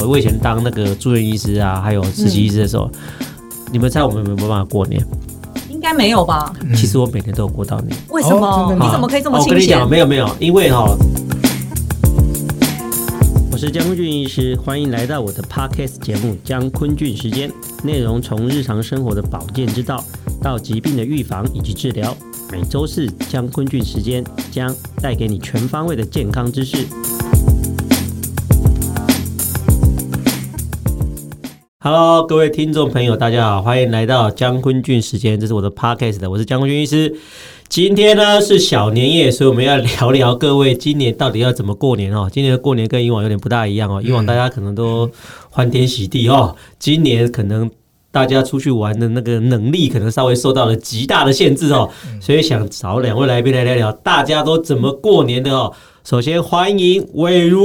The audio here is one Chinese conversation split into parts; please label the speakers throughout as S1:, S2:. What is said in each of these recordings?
S1: 我以前当那个住院医师啊，还有实习医师的时候，你们猜我们有没有办法过年？
S2: 应该没有吧？
S3: 嗯
S1: 其实我每年都有过到年。
S2: 为什么？
S3: 哦真的
S2: 你怎么可以这么
S1: 哦我
S2: 清
S1: 跟你
S2: 闲？
S1: 讲，没有没有，因为哈、我是江坤俊医师，欢迎来到我的 podcast 节目《江坤俊时间》，内容从日常生活的保健之道到疾病的预防以及治疗。每周四江坤俊时间将带给你全方位的健康知识。Hello，各位听众朋友，大家好，欢迎来到江坤俊时间，这是我的 podcast，我是江坤俊医师。今天呢是小年夜，所以我们要聊聊各位今年到底要怎么过年哦。今年的过年跟以往有点不大一样哦，以往大家可能都欢天喜地哦，今年可能大家出去玩的那个能力可能稍微受到了极大的限制哦，所以想找两位来宾来聊聊大家都怎么过年的哦。首先欢迎伟如，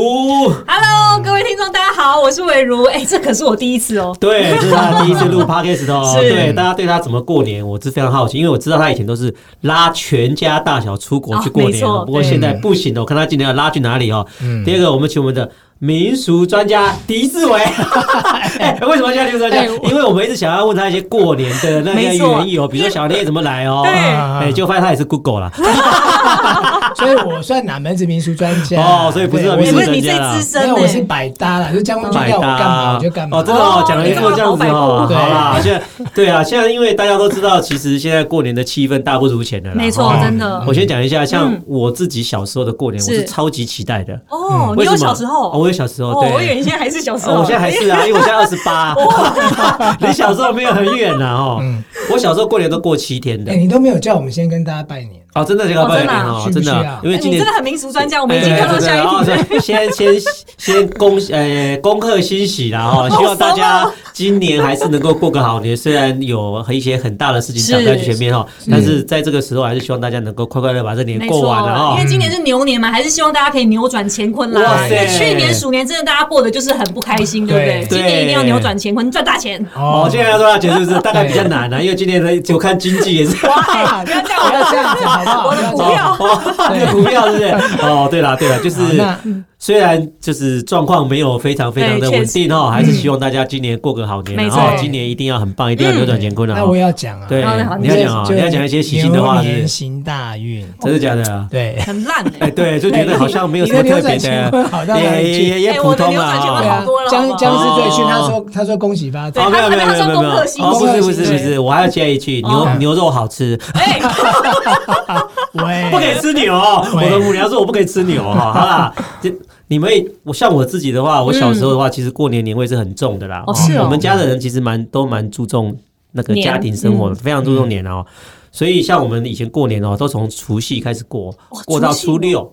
S2: Hello，各位听众，大家好，我是伟如。哎、这可是我第一次哦。
S1: 对， 这是他第一次录 podcast 哦。
S2: 是
S1: 对，大家对他怎么过年，我是非常好奇，因为我知道他以前都是拉全家大小出国去过
S2: 哦没
S1: 年、
S2: 错
S1: 不过
S2: 对
S1: 现在不行了。我看他今年要拉去哪里哦。
S3: 嗯
S1: 第二个，我们请我们的民俗专家狄志伟。 哎为什么要叫民俗专家？
S2: 哎我
S1: 因为我们一直想要问他一些过年的那个
S2: 没错
S1: 原意哦，比如说小年夜怎么来哦。
S2: 对
S1: 哎，就发现他也是 Google 啦。
S3: 所以我算哪门子民俗专家
S1: 哦所以不是
S3: 对
S1: 民
S2: 你
S1: 俗
S3: 我
S2: 哎不
S1: 专
S3: 是
S2: 是
S1: 家啊
S2: 你最资深哎
S3: 没
S2: 的、
S3: 有，我是百搭啦，就江
S2: 嗯
S3: 坤君要我干嘛我就干嘛。
S1: 哦，真的哦
S2: 哦，
S1: 讲了一副这样子哦，好
S3: 你这么好白
S1: 啦，现在对啊，现在因为大家都知道，其实现在过年的气氛大不如前的啦。
S2: 没错
S1: 哦，
S2: 真的。
S1: 我先讲一下，像
S2: 嗯
S1: 我自己小时候的过年，我是
S2: 是
S1: 超级期待的。
S2: 哦，你
S1: 为什
S2: 有
S1: 么
S2: 小时候？
S1: 哦我有小时候，
S2: 哦，我哦以为
S1: 对。
S2: 你现在还是小时候。
S1: 哦我现在还是啊，因为我现在二十八， 离小时候没有很远呐哦。我小时候过年都过七天的
S3: 哎，你都没有叫我们先跟大家拜年，
S1: 哦，真的这个
S2: 哦
S1: 拜
S2: 真的
S1: 年
S2: 啊
S1: 哦，
S3: 需不
S1: 真
S3: 需
S1: 的
S3: 要，
S1: 因为
S2: 哎
S1: 今
S2: 你
S1: 年
S2: 真的很民俗专家，我们
S1: 哎
S2: 已经看到
S1: 对对
S2: 下
S1: 对
S2: 一题。
S1: 哦对先先先恭呃恭贺新喜啦哈！希望大家
S2: 哦
S1: 今年还是能够过个好年，虽然有一些很大的事情挡在前面哈，但是在这个时候还是希望大家能够快快乐把这年
S2: 没
S1: 过
S2: 错
S1: 完了，
S2: 因
S1: 哈
S2: 为。今年是牛年嘛，还是希望大家可以扭转乾坤
S1: 哇
S2: 啦。
S1: 塞
S2: 因为去年鼠年真的大家过得就是很不开心，对不对
S3: 对？
S2: 今年一定要扭转乾坤，赚大 钱。
S1: 哦，今年要多少钱是不是？大概比较难啊，因为今年的我看经济也是。
S3: 不要 这样，不要这样子，好不好？
S2: 我的
S3: 不
S2: 股
S3: 要
S2: 票
S3: 这样
S1: 哦，那股票是不是？哦，对啦，对啦，就是
S3: 好
S1: 虽然就是状况没有非常非常的
S2: 对
S1: 稳
S2: 确实
S1: 定哦，还是
S2: 嗯
S1: 希望大家今年过个好年啊，
S2: 没
S1: 然
S2: 错嗯
S1: 后今年一定要很棒，一定要扭转乾坤
S3: 那
S1: 啊！
S3: 那我也要讲啊，
S1: 对
S2: 好的好，的
S1: 你要讲啊，
S3: 就
S1: 你要讲一些喜庆的话，
S3: 牛
S1: 是不
S3: 年
S1: 是
S3: 行大运，
S1: 真的假的？
S3: 对。
S2: 很烂
S1: 哎，
S2: 哎。
S1: 对，就觉得好像没有什么特别
S3: 哦你的扭转乾坤好到
S1: 的，
S3: 哪里
S1: 也也
S3: 去
S1: 也也
S2: 哎
S1: 普
S2: 我的
S1: 通
S2: 扭转乾
S3: 对
S2: 坤
S1: 啊。
S3: 啊
S2: 好多了，好不
S3: 僵
S2: 好
S3: 僵尸最逊，
S1: 哦
S3: 他说他说恭喜发
S2: 对
S3: 财
S1: 哦，没有没有没有没有没有
S2: 他说
S1: 哦，
S2: 恭
S1: 不是
S3: 贺新
S1: 不是不
S3: 对
S1: 是，我还要加一句，牛
S3: 哦
S1: 牛肉好吃，
S2: 哎
S3: 喂，
S1: 不可以吃牛。我
S3: 喂
S1: 的母娘说我不可以吃牛哈，好啦，这你们我像我自己的话，我小时候的话，其实过年年味是很重的啦。
S2: 嗯哦是哦
S1: 我们家的人其实蛮都蛮注重那个
S2: 年嗯
S1: 家庭生活，非常注重年哦。所以像我们以前过年哦，都从除夕开始过，过到初六。
S2: 哦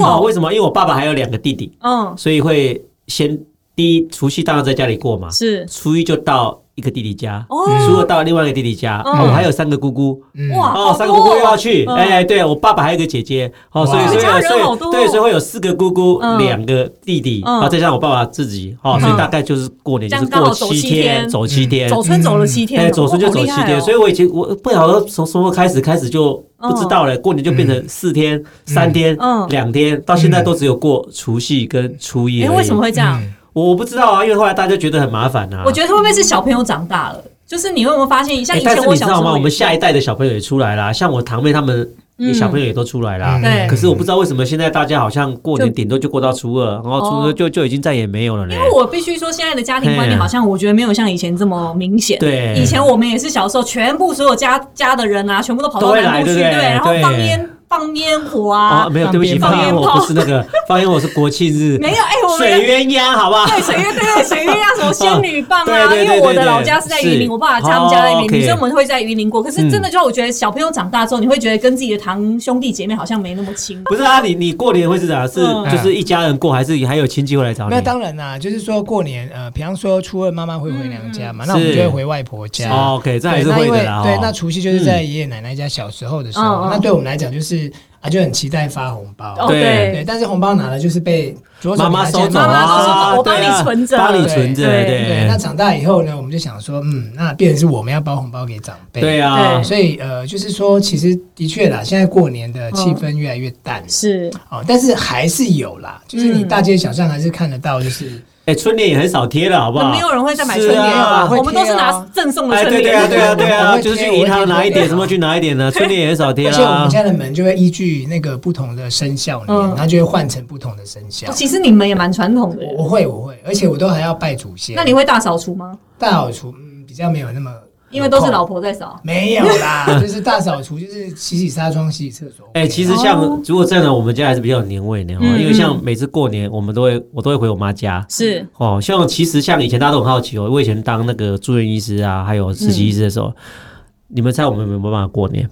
S1: 哇，为什么？因为我爸爸还有两个弟弟，
S2: 嗯，
S1: 所以会先第一除夕当然在家里过嘛，
S2: 是
S1: 初一就到一个弟弟家，
S2: 哦
S1: 初二到另外一个弟弟家，哦
S2: 嗯
S1: 我还有三个姑姑。
S3: 嗯
S2: 哇
S1: 哦，
S2: 好多哦
S1: 三个姑姑又要去，
S2: 嗯
S1: 哎，对我爸爸还有一个姐姐，哦，
S3: 哇
S1: 所以所以
S2: 家人
S1: 所
S2: 好
S1: 以
S2: 多哦
S1: 对，所以会有四个姑姑，
S2: 嗯
S1: 两个弟弟，
S2: 嗯
S1: 然后再加上我爸爸自己，哦，所以
S2: 嗯
S1: 大概就是过年
S2: 这
S1: 就
S2: 样
S1: 是
S2: 刚好
S1: 过
S2: 走
S1: 七
S2: 七天嗯
S1: 走七天，
S2: 走村走了七天
S1: 哎，
S2: 了，
S1: 走村就走七天，所以
S2: 以
S1: 我以前我不晓得从什么时候开始开始就不知道了，过年就变成四天、三天
S2: 嗯、
S1: 两天，到现在都只有过除夕跟初一而
S2: 哎，
S1: 已。
S2: 为什么会这样？
S1: 我不知道啊，因为后来大家觉得很麻烦嗯啊。
S2: 我觉得会不会是小朋友长大了？就是你有没有发现，像
S1: 哎
S2: 以
S1: 但
S2: 前
S1: 是
S2: 我
S1: 你知
S2: 小时
S1: 道
S2: 候
S1: 吗？
S2: 也，
S1: 我们下一代的小朋友也出来啦，像我堂妹他们
S2: 嗯
S1: 小朋友也都出来
S3: 嗯
S1: 啦。
S2: 对
S1: 可是我不知道为什么现在大家好像过年
S2: 就
S1: 顶多就过到初二，然后初二
S2: 哦
S1: 就就已经再也没有了呢
S2: 因。为我必须说，现在的家庭观念
S1: 嘿
S2: 好像我觉得没有像以前这么明显。
S1: 对
S2: 以前我们也是小时候，全部所有家家的人啊，全部都跑
S1: 都
S2: 到
S1: 会
S2: 南
S1: 来
S2: 部去，
S1: 对不对
S2: 然后
S1: 对
S2: 放烟放烟火
S1: 哦，
S2: 啊，
S1: 没有，
S3: 放
S1: 对不起，
S3: 鞭
S1: 放
S2: 炮
S1: 烟火不是那个，放烟火是国庆日，
S2: 没有哎，我们
S1: 水鸳鸯，好不好？
S2: 对水月对水月啊，什么仙女棒啊？
S1: 对对对
S2: 因为我的老家是在
S1: 对
S2: 云
S1: 对
S2: 林，
S1: 对
S2: 我爸爸他们家在云
S1: 哦，OK 嗯
S2: 林，所以我们会在云林过。可是真的，就我觉得小朋友长大之后，你会觉得跟自己的堂兄弟姐妹好像没那么亲。
S1: 不是啊，你你过年会是咋？是
S2: 嗯
S1: 就是一家人过，还是还有亲戚会来找哦你
S3: 那？当然啦，就是说过年，呃，比方说初二妈妈会回娘家嘛，
S1: 嗯
S3: 那我们
S1: 是
S3: 就会回外婆家。
S1: 哦，OK，这还
S3: 对，
S1: 是
S3: 那
S1: 会
S3: 因为
S1: 的啦。
S3: 对
S1: 哦，
S3: 那除夕就是在爷爷奶奶家小时候的时候，
S2: 嗯嗯
S3: 那对我们来讲就是啊，就很期待发红包。
S2: 哦，
S1: 对
S3: 对，但是红包拿了就是被左手
S1: 妈妈
S3: 拿
S1: 收
S3: 着
S1: 走
S2: 妈妈
S1: 啊
S2: 收走
S1: 对啊
S2: 我帮你存着
S1: 帮你存着，
S2: 对
S3: 对，
S1: 对
S3: 那长大以后呢，我们就想说，嗯，那变成是我们要包红包给长辈。
S1: 对啊
S2: 对，
S3: 所以呃，就是说，其实的确啦，现在过年的气氛越来越淡、
S2: 是嗯
S3: 哦，但是还是有啦，就是你大街小巷还是看得到，就是
S1: 哎，春联也很少贴了，好不好？
S2: 呃没有人会再买
S1: 是
S2: 春联
S1: 啊
S2: 了吧？
S3: 会
S2: 我们都是
S3: 贴啊
S2: 拿赠送的
S1: 哎，
S2: 春
S1: 对对啊，
S2: 联。
S1: 对啊，对
S3: 我
S1: 啊，
S3: 会贴
S1: 就是去
S3: 我会
S1: 银
S3: 贴
S1: 行拿一点，
S3: 春联啊
S1: 什么去拿一点 呢？春联也很少贴啊
S3: 而且我
S1: 啦
S3: 们。家的门就会依据那个不同的生肖里
S2: 嗯
S3: 面，它就会换成不同的生肖
S2: 哦。其实你们也蛮传统的人
S3: 我我会我会，而且我都还要拜祖先。
S2: 那你会大扫除吗？
S3: 大扫除嗯比较没有那么，
S2: 因为都是老婆
S3: 婆。
S2: 在扫。
S3: 没有 啦，就是大扫除，就是洗洗纱窗、洗洗厕所。
S1: 哎，其实像
S2: 哦
S1: 如果这样的，我们家还是比较有年味的哦，
S2: 嗯
S1: 因为像每次过年，我们都会我都会回我妈家。
S2: 是，
S1: 哦，像其实像以前大家都很好奇哦，我以前当那个住院医师啊，还有实习医师的时
S2: 嗯
S1: 候，你们猜我们有没有办法过年？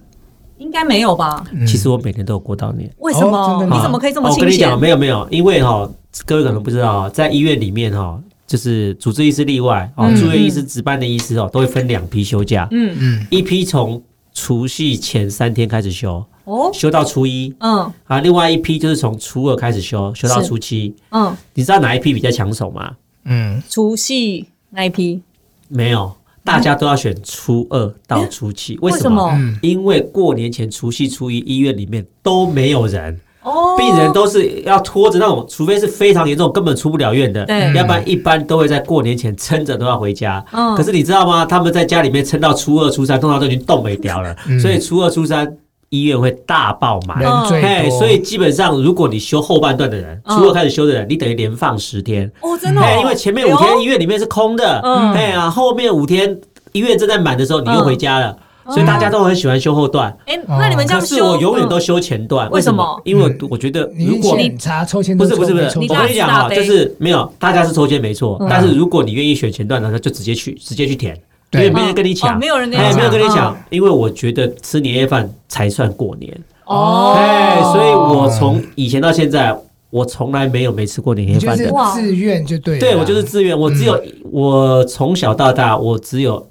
S2: 应该没有吧？
S3: 嗯
S1: 其实我每年都有过到年。
S2: 为什么
S3: 哦？真的
S2: 你
S3: 吗
S2: 怎么可以这么
S1: 哦我
S2: 清
S1: 跟你
S2: 闲
S1: 讲，？没有没有，因为哈、各位可能不知道啊，在医院里面哈、就是主治医师例外哦，
S2: 嗯
S1: 住院医师、值班的医师哦，都会分两批休假，
S2: 嗯，
S3: 嗯，
S1: 一批从除夕前三天开始休，
S2: 哦，
S1: 休到初一
S2: 嗯
S1: 啊，另外一批就是从初二开始休，休到
S2: 是
S1: 初七。
S2: 嗯，
S1: 你知道哪一批比较抢手吗？
S3: 嗯，
S2: 除夕那一批，
S1: 没有，大家都要选初二到初七，为什么？
S2: 么？
S3: 嗯
S1: 因为过年前除夕、初一医院里面都没有人，
S2: 哦，
S1: 病人都是要拖着那种，除非是非常严重，根本出不了院的，
S2: 对
S3: 嗯
S1: 要不然一般都会在过年前撑着都要回家。
S2: 嗯
S1: 可是你知道吗？他们在家里面撑到初二、初三，通常都已经冻没掉了，
S3: 嗯
S1: 所以初二、初三医院会大爆满。
S3: 人最
S1: 嘿，
S3: 多，
S1: 哎所以基本上，如果你休后半段的人，
S2: 嗯
S1: 初二开始休的人，你等于连放十天。
S2: 哦，真的哦
S1: 哎，，因为前面五天医院里面是空的，
S2: 嗯
S1: 哎呀，后面五天医院正在满的时候，你又回家了，所以大家都很喜欢休后段。
S2: 哎呦，哎，那你们这
S1: 哦可
S2: 样
S1: 是
S2: 嗯修，嗯
S1: 我永远都休前段，
S2: 为什么
S1: 因为我
S3: 嗯
S1: 我觉得
S3: 你
S1: 如
S3: 运
S1: 果
S3: 气很差，抽签
S1: 不
S3: 都
S1: 是不是
S3: 抽
S1: 不
S3: 没
S1: 是，
S3: 抽
S2: 你
S1: 我
S3: 到
S1: 跟你讲啊，
S2: 大慈大
S1: 就
S2: 悲
S1: 是没有，大家是抽签没错
S2: 嗯，
S1: 但是如果你愿意选前段的，那就直接去，直接去填，因为
S3: 对
S1: 没人跟你
S2: 哦
S1: 抢，
S2: 没有人跟你
S1: 哎，
S2: 抢，
S1: 没有跟你
S2: 嗯
S1: 抢，因为我觉得吃年夜饭才算过年，
S2: 哦，
S1: 哎，所以我从以前到现在，我从来没有没吃过年夜
S3: 你就
S1: 饭
S3: 是
S1: 的。
S2: 哇
S3: 自愿就对了啦。
S1: 对我就是自愿，我只有我从小到大，我只有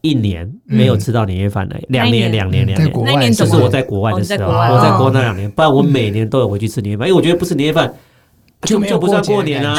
S1: 一年没有吃到年夜饭的，两年
S2: 那一
S1: 两年两
S3: 嗯在
S1: 年
S3: 国。
S2: 那一
S3: 外
S2: 年
S1: 这
S2: 怎
S1: 是
S2: 么
S1: 我在国外的时候，我在国外那两年，不然我每年都有回去吃年夜饭，因为我觉得不吃年夜饭就就不算过年啊。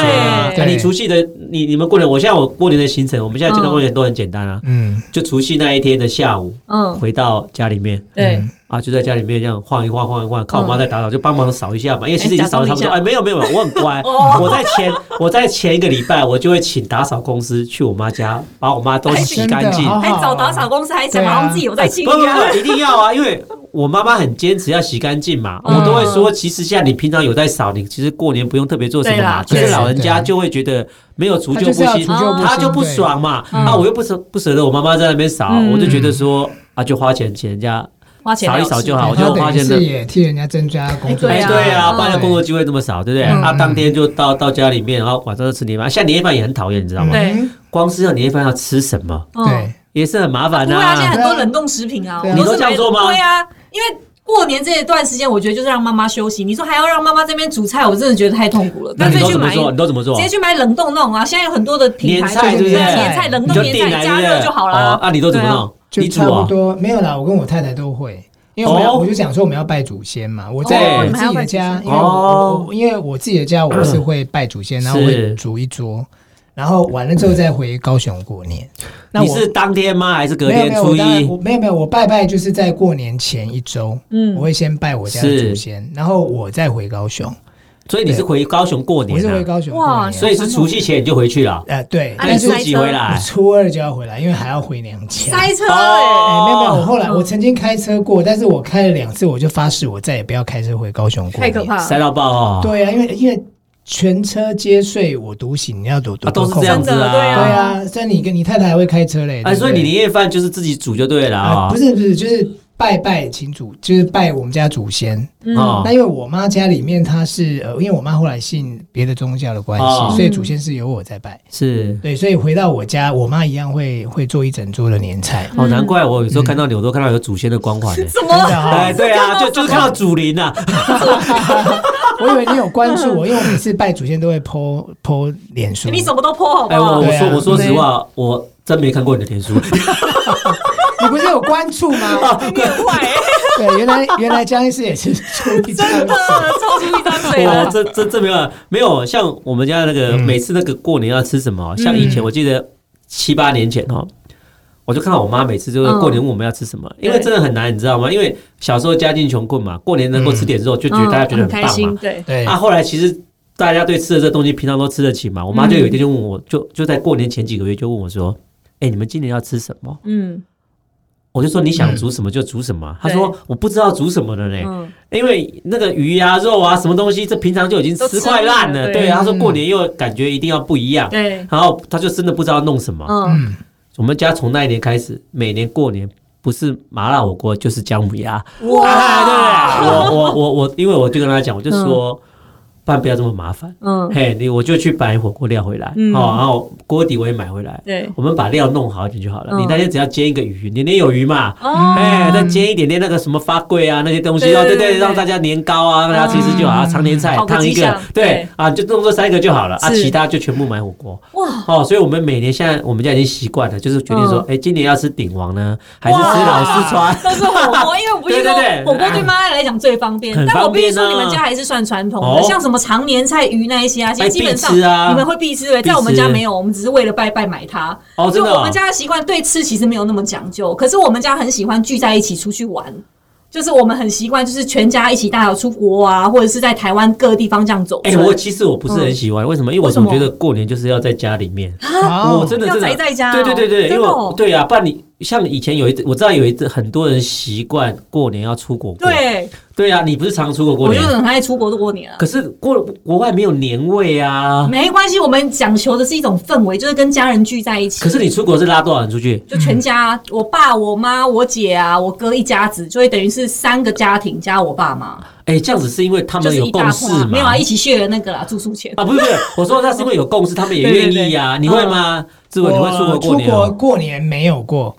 S1: 那你除夕的，你你们过年，我现在我过年的行程，我们现在这个过年都很简单啊，
S3: 嗯
S1: 就除夕那一天的下午
S2: 嗯，
S1: 回到家里面
S2: 对，
S1: 啊，就在家里面这样晃一晃晃一晃，看我
S2: 嗯
S1: 妈在打扫，就帮忙扫一下嘛，因为其实已经扫的差不多。哎，没有没有，我很乖，
S2: 哦
S1: 我在前我在前一个礼拜我就会请打扫公司去我妈家把我妈都
S2: 哎
S1: 洗干净，哎
S2: 还找打扫公司，还想好像自己有哦在清
S1: 啊不不
S2: 一样
S1: 不，一定要啊，因为我妈妈很坚持要洗干净嘛，
S2: 嗯
S1: 我都会说，其实像你平常有在扫，你其实过年不用特别做什么嘛，就
S2: 对啦
S1: 是老人家
S3: 对
S1: 就会觉得没有除
S3: 他
S1: 旧
S3: 就
S1: 不
S3: 是要
S1: 新
S3: 除，旧不新，
S1: 他就不
S3: 对。
S1: 爽嘛，
S2: 嗯
S1: 啊，我又不舍不舍得我妈妈在那边扫，
S2: 嗯
S1: 我就觉得说啊，就花钱请人家，
S2: 花钱
S1: 扫一扫就啊好我就
S3: 哎他
S1: 花
S3: 等于
S1: 钱的
S3: 是也替人家增加工作
S2: 对
S1: 哎，
S2: 啊
S3: 量，
S1: 对啊，
S2: 嗯
S1: 不然工作机会那么少，对不对？
S2: 嗯
S1: 啊，当天就到到家里面，然后晚上就吃年夜饭，像年夜饭也很讨厌，你知道吗？
S2: 对
S3: 嗯
S1: 光是要年夜饭要吃什么，
S2: 嗯
S3: 对，
S1: 也是很麻烦
S2: 不会啊，现
S1: 啊。
S2: 在很多冷冻食品啊，
S3: 对
S2: 我
S3: 啊
S2: 是
S1: 你都这样做吗
S2: 对啊，因为过年这一段时间，我觉得就是让妈妈休息。你说还要让妈妈这边煮菜，我真的觉得太痛苦了，
S1: 那你
S2: 干脆
S1: 都
S2: 去
S1: 怎么
S2: 买。
S1: 做？你
S2: 直
S1: 都怎么做？
S2: 接去买冷冻那种啊！现在有很多的品
S1: 年
S2: 牌，
S1: 菜
S2: 对
S1: 对不对？
S2: 年菜冷
S1: 你
S2: 冻
S1: 就
S2: 年
S1: 订
S2: 菜
S1: 来
S2: 加热就好啦
S1: 哦。啊，你都怎么
S2: 对啊
S1: 弄？
S3: 就
S1: 你煮
S3: 差不
S1: 啊？
S3: 多没有啦。我跟我太太都会，因为我们要、
S1: 哦
S3: 我就讲说我们要拜祖先嘛。我
S1: 哦
S3: 在我
S1: 你
S2: 们还
S3: 自
S2: 要
S3: 己
S2: 拜
S3: 的
S2: 祖先
S3: 家，因为我、
S1: 哦
S3: 我因为我自己的家我是会拜祖先，然后会
S1: 是
S3: 煮一桌，然后完了之后再回高雄过年。那
S1: 你
S3: 我
S1: 是当天吗？还是隔
S3: 没有
S1: 天
S3: 没有，
S1: 初
S3: 我当然
S1: 一？
S3: 我没有没有，我拜拜就是在过年前一周，
S2: 嗯
S3: 我会先拜我家的
S1: 是
S3: 祖先，然后我再回高雄，
S1: 所以你是回高雄过
S3: 我
S1: 年
S3: 是回
S1: 啊？
S3: 高雄过
S2: 哇
S3: 年，
S1: 所以是除夕前你就回去了？
S3: 呃对，
S2: 啊
S1: 那
S3: 但
S1: 你
S3: 是
S1: 自己回来
S3: 我？初二就要回来，因为还要回娘家。
S2: 塞车哎，
S3: 哎，没有没有，我
S1: 哦，
S3: 后来我曾经开车过，但是我开了两次，我就发誓我再也不要开车回高雄过。
S2: 太可！怕了。
S1: 塞到爆哦！
S3: 对啊，因为因为全车皆睡我独醒，你要多多
S1: 啊，都
S3: 多
S1: 是
S3: 控
S1: 这
S3: 制
S1: 样子
S2: 真的对
S3: 对
S1: 啊。
S3: 啊，所以你跟你太太还会开车嘞。
S1: 哎，
S3: 对不
S1: 所
S3: 对
S1: 以你年夜饭就是自己煮就对了
S3: 啊，
S1: 啊
S3: 不。是不是，就是拜拜请祖，就是拜我们家祖先。
S1: 哦
S3: 嗯那因为我妈家里面她是呃，因为我妈后来信别的宗教的关
S1: 哦
S3: 系，所以祖先是由我在拜。
S1: 是
S3: 对，所以回到我家，我妈一样会会做一整桌的年菜。
S1: 哦，难怪我有时候看到你，我都看到有祖先的光环呢。
S2: 怎
S3: 真的
S2: 么？
S3: 哈、
S1: 哎，对啊，就就是看到祖灵啊。
S3: 我以为你有关注我，因为我每次拜祖先都会 po po 脸书。
S2: 你什么都泼好不
S1: 哎，我
S2: 好
S1: 我？
S3: 对
S1: 说
S3: 啊
S1: 我说实话，我真没看过你的脸书。
S3: 你不是有关注吗？
S2: 你很坏 哎，
S3: 对，原来原来江医师也是出一张
S2: 真的超出一张嘴啊
S1: 哇，
S2: 了。
S1: 这这这没有没有，像我们家那个、
S3: 嗯
S1: 每次那个过年要吃什么，哦像以前我记得七八年前哦，我就看到我妈每次就是
S2: 嗯
S1: 过年问我们要吃什么，
S2: 对
S1: 因为真的很难，你知道吗？因为小时候家境穷困嘛，过年能够吃点肉，就觉得大家觉得
S2: 嗯
S1: 很
S2: 开
S1: 棒
S2: 心，
S1: 嘛。
S2: 对，
S3: 对
S1: 啊，后来其实大家对吃的这东西平常都吃得起嘛。我妈就有一天就问
S2: 嗯
S1: 我，就就在过年前几个月就问我说：“哎、你们今年要吃什么
S2: 嗯？”
S1: 我就说：“你想煮什么就煮什么啊。她说
S2: 对：“
S1: 我不知道煮什么了呢。
S2: 嗯，
S1: 因为那个鱼啊、肉啊、什么东西，这平常就已经吃快烂了。
S2: 都吃腻了
S1: 对
S2: 对嗯
S1: 啊，他说过年又感觉一定要不一样，
S2: 对，
S1: 然后他就真的不知道弄什么。
S2: 嗯，
S1: 我们家从那一年开始，每年过年不是麻辣火锅就是姜母 鸭。
S2: 嗯哇，
S1: 啊对我我我我，因为我就跟他讲，我就说，不然不要这么麻烦。
S2: 嗯，
S1: 嘿，你我就去买火锅料回来，
S2: 嗯
S1: 好，然后锅底我也买回来，
S2: 对，
S1: 我们把料弄好一点就好了。
S2: 嗯
S1: 你那天只要煎一个鱼，年年有余嘛，
S2: 哦，
S1: 哎，再煎一点点那个什么发桂啊，那些东西
S2: 对
S1: 哦，对
S2: 对
S1: 对，
S2: 对
S1: 让大家年糕啊，让大家其实就好啊，
S3: 嗯
S1: 常年菜
S2: 好个
S1: 烫一
S2: 吉
S1: 个
S2: 祥，
S1: 对
S2: 对
S1: 啊，就弄这三个就好了啊，
S2: 是
S1: 其他就全部买火锅
S2: 哇，
S1: 哦。所以我们每年现在我们家已经习惯了，就是决定
S2: 嗯
S1: 说，哎，今年要吃鼎王呢，还是吃老四川？
S2: 都是火锅，因为我不是说
S1: 对对对
S2: 火锅对妈妈来讲最方便
S1: 很，
S2: 但我必须
S1: 方
S2: 说
S1: 便啊
S2: 你们家还是算传统
S1: 哦
S2: 的，像什么常年菜、鱼那一些啊，其
S1: 哎
S2: 实基本上
S1: 必吃啊
S2: 你们会必吃对不对，
S1: 必吃
S2: 在我们家没有，我们只是为了拜拜买它。
S1: 哦，真
S2: 就
S1: 的
S2: 我
S1: 哦
S2: 们，家的习惯对吃其实没有那么讲究，可是我们家很喜欢聚在一起出去玩。就是我们很习惯，就是全家一起大小出国啊，或者是在台湾各地方这样走
S1: 哎，
S2: 村。
S1: 我其实我不是很喜欢，为什么？因为我
S2: 为什
S1: 总
S2: 么
S1: 觉得过年就是要在家里面，
S3: 好
S1: 啊我真的
S2: 要
S1: 真的
S2: 宅在家哦、
S1: 对对对对，因
S2: 真
S1: 为
S2: 的
S1: 我
S2: 哦、
S1: 对啊，不然你像以前有一阵，我知道有一阵很多人习惯过年要出国过，
S2: 对，
S1: 对啊，你不是常出国过
S2: 我
S1: 年
S2: 就？很爱出国过年啊。
S1: 可是过国外没有年味啊。
S2: 没关系，我们讲求的是一种氛围，就是跟家人聚在一起。
S1: 可是你出国是拉多少人出去？
S2: 就全家，我爸、我妈、我姐啊，我哥一家子，就会等于是三个家庭加我爸妈，
S1: 哎、这样子是因为他
S2: 就
S1: 们
S2: 是
S1: 有
S2: 一
S1: 共
S2: 大
S1: 识
S2: 块啊
S1: 嘛？
S2: 没有啊，一起血了那个啦，住宿钱。
S1: 啊，不是不是，我说那是因为有共识，他们也愿意呀、你会
S2: 嗯
S1: 吗？志
S3: 我
S1: 伟，你会出国过年、
S3: 出国
S1: 哦？啊
S3: 过年没有过，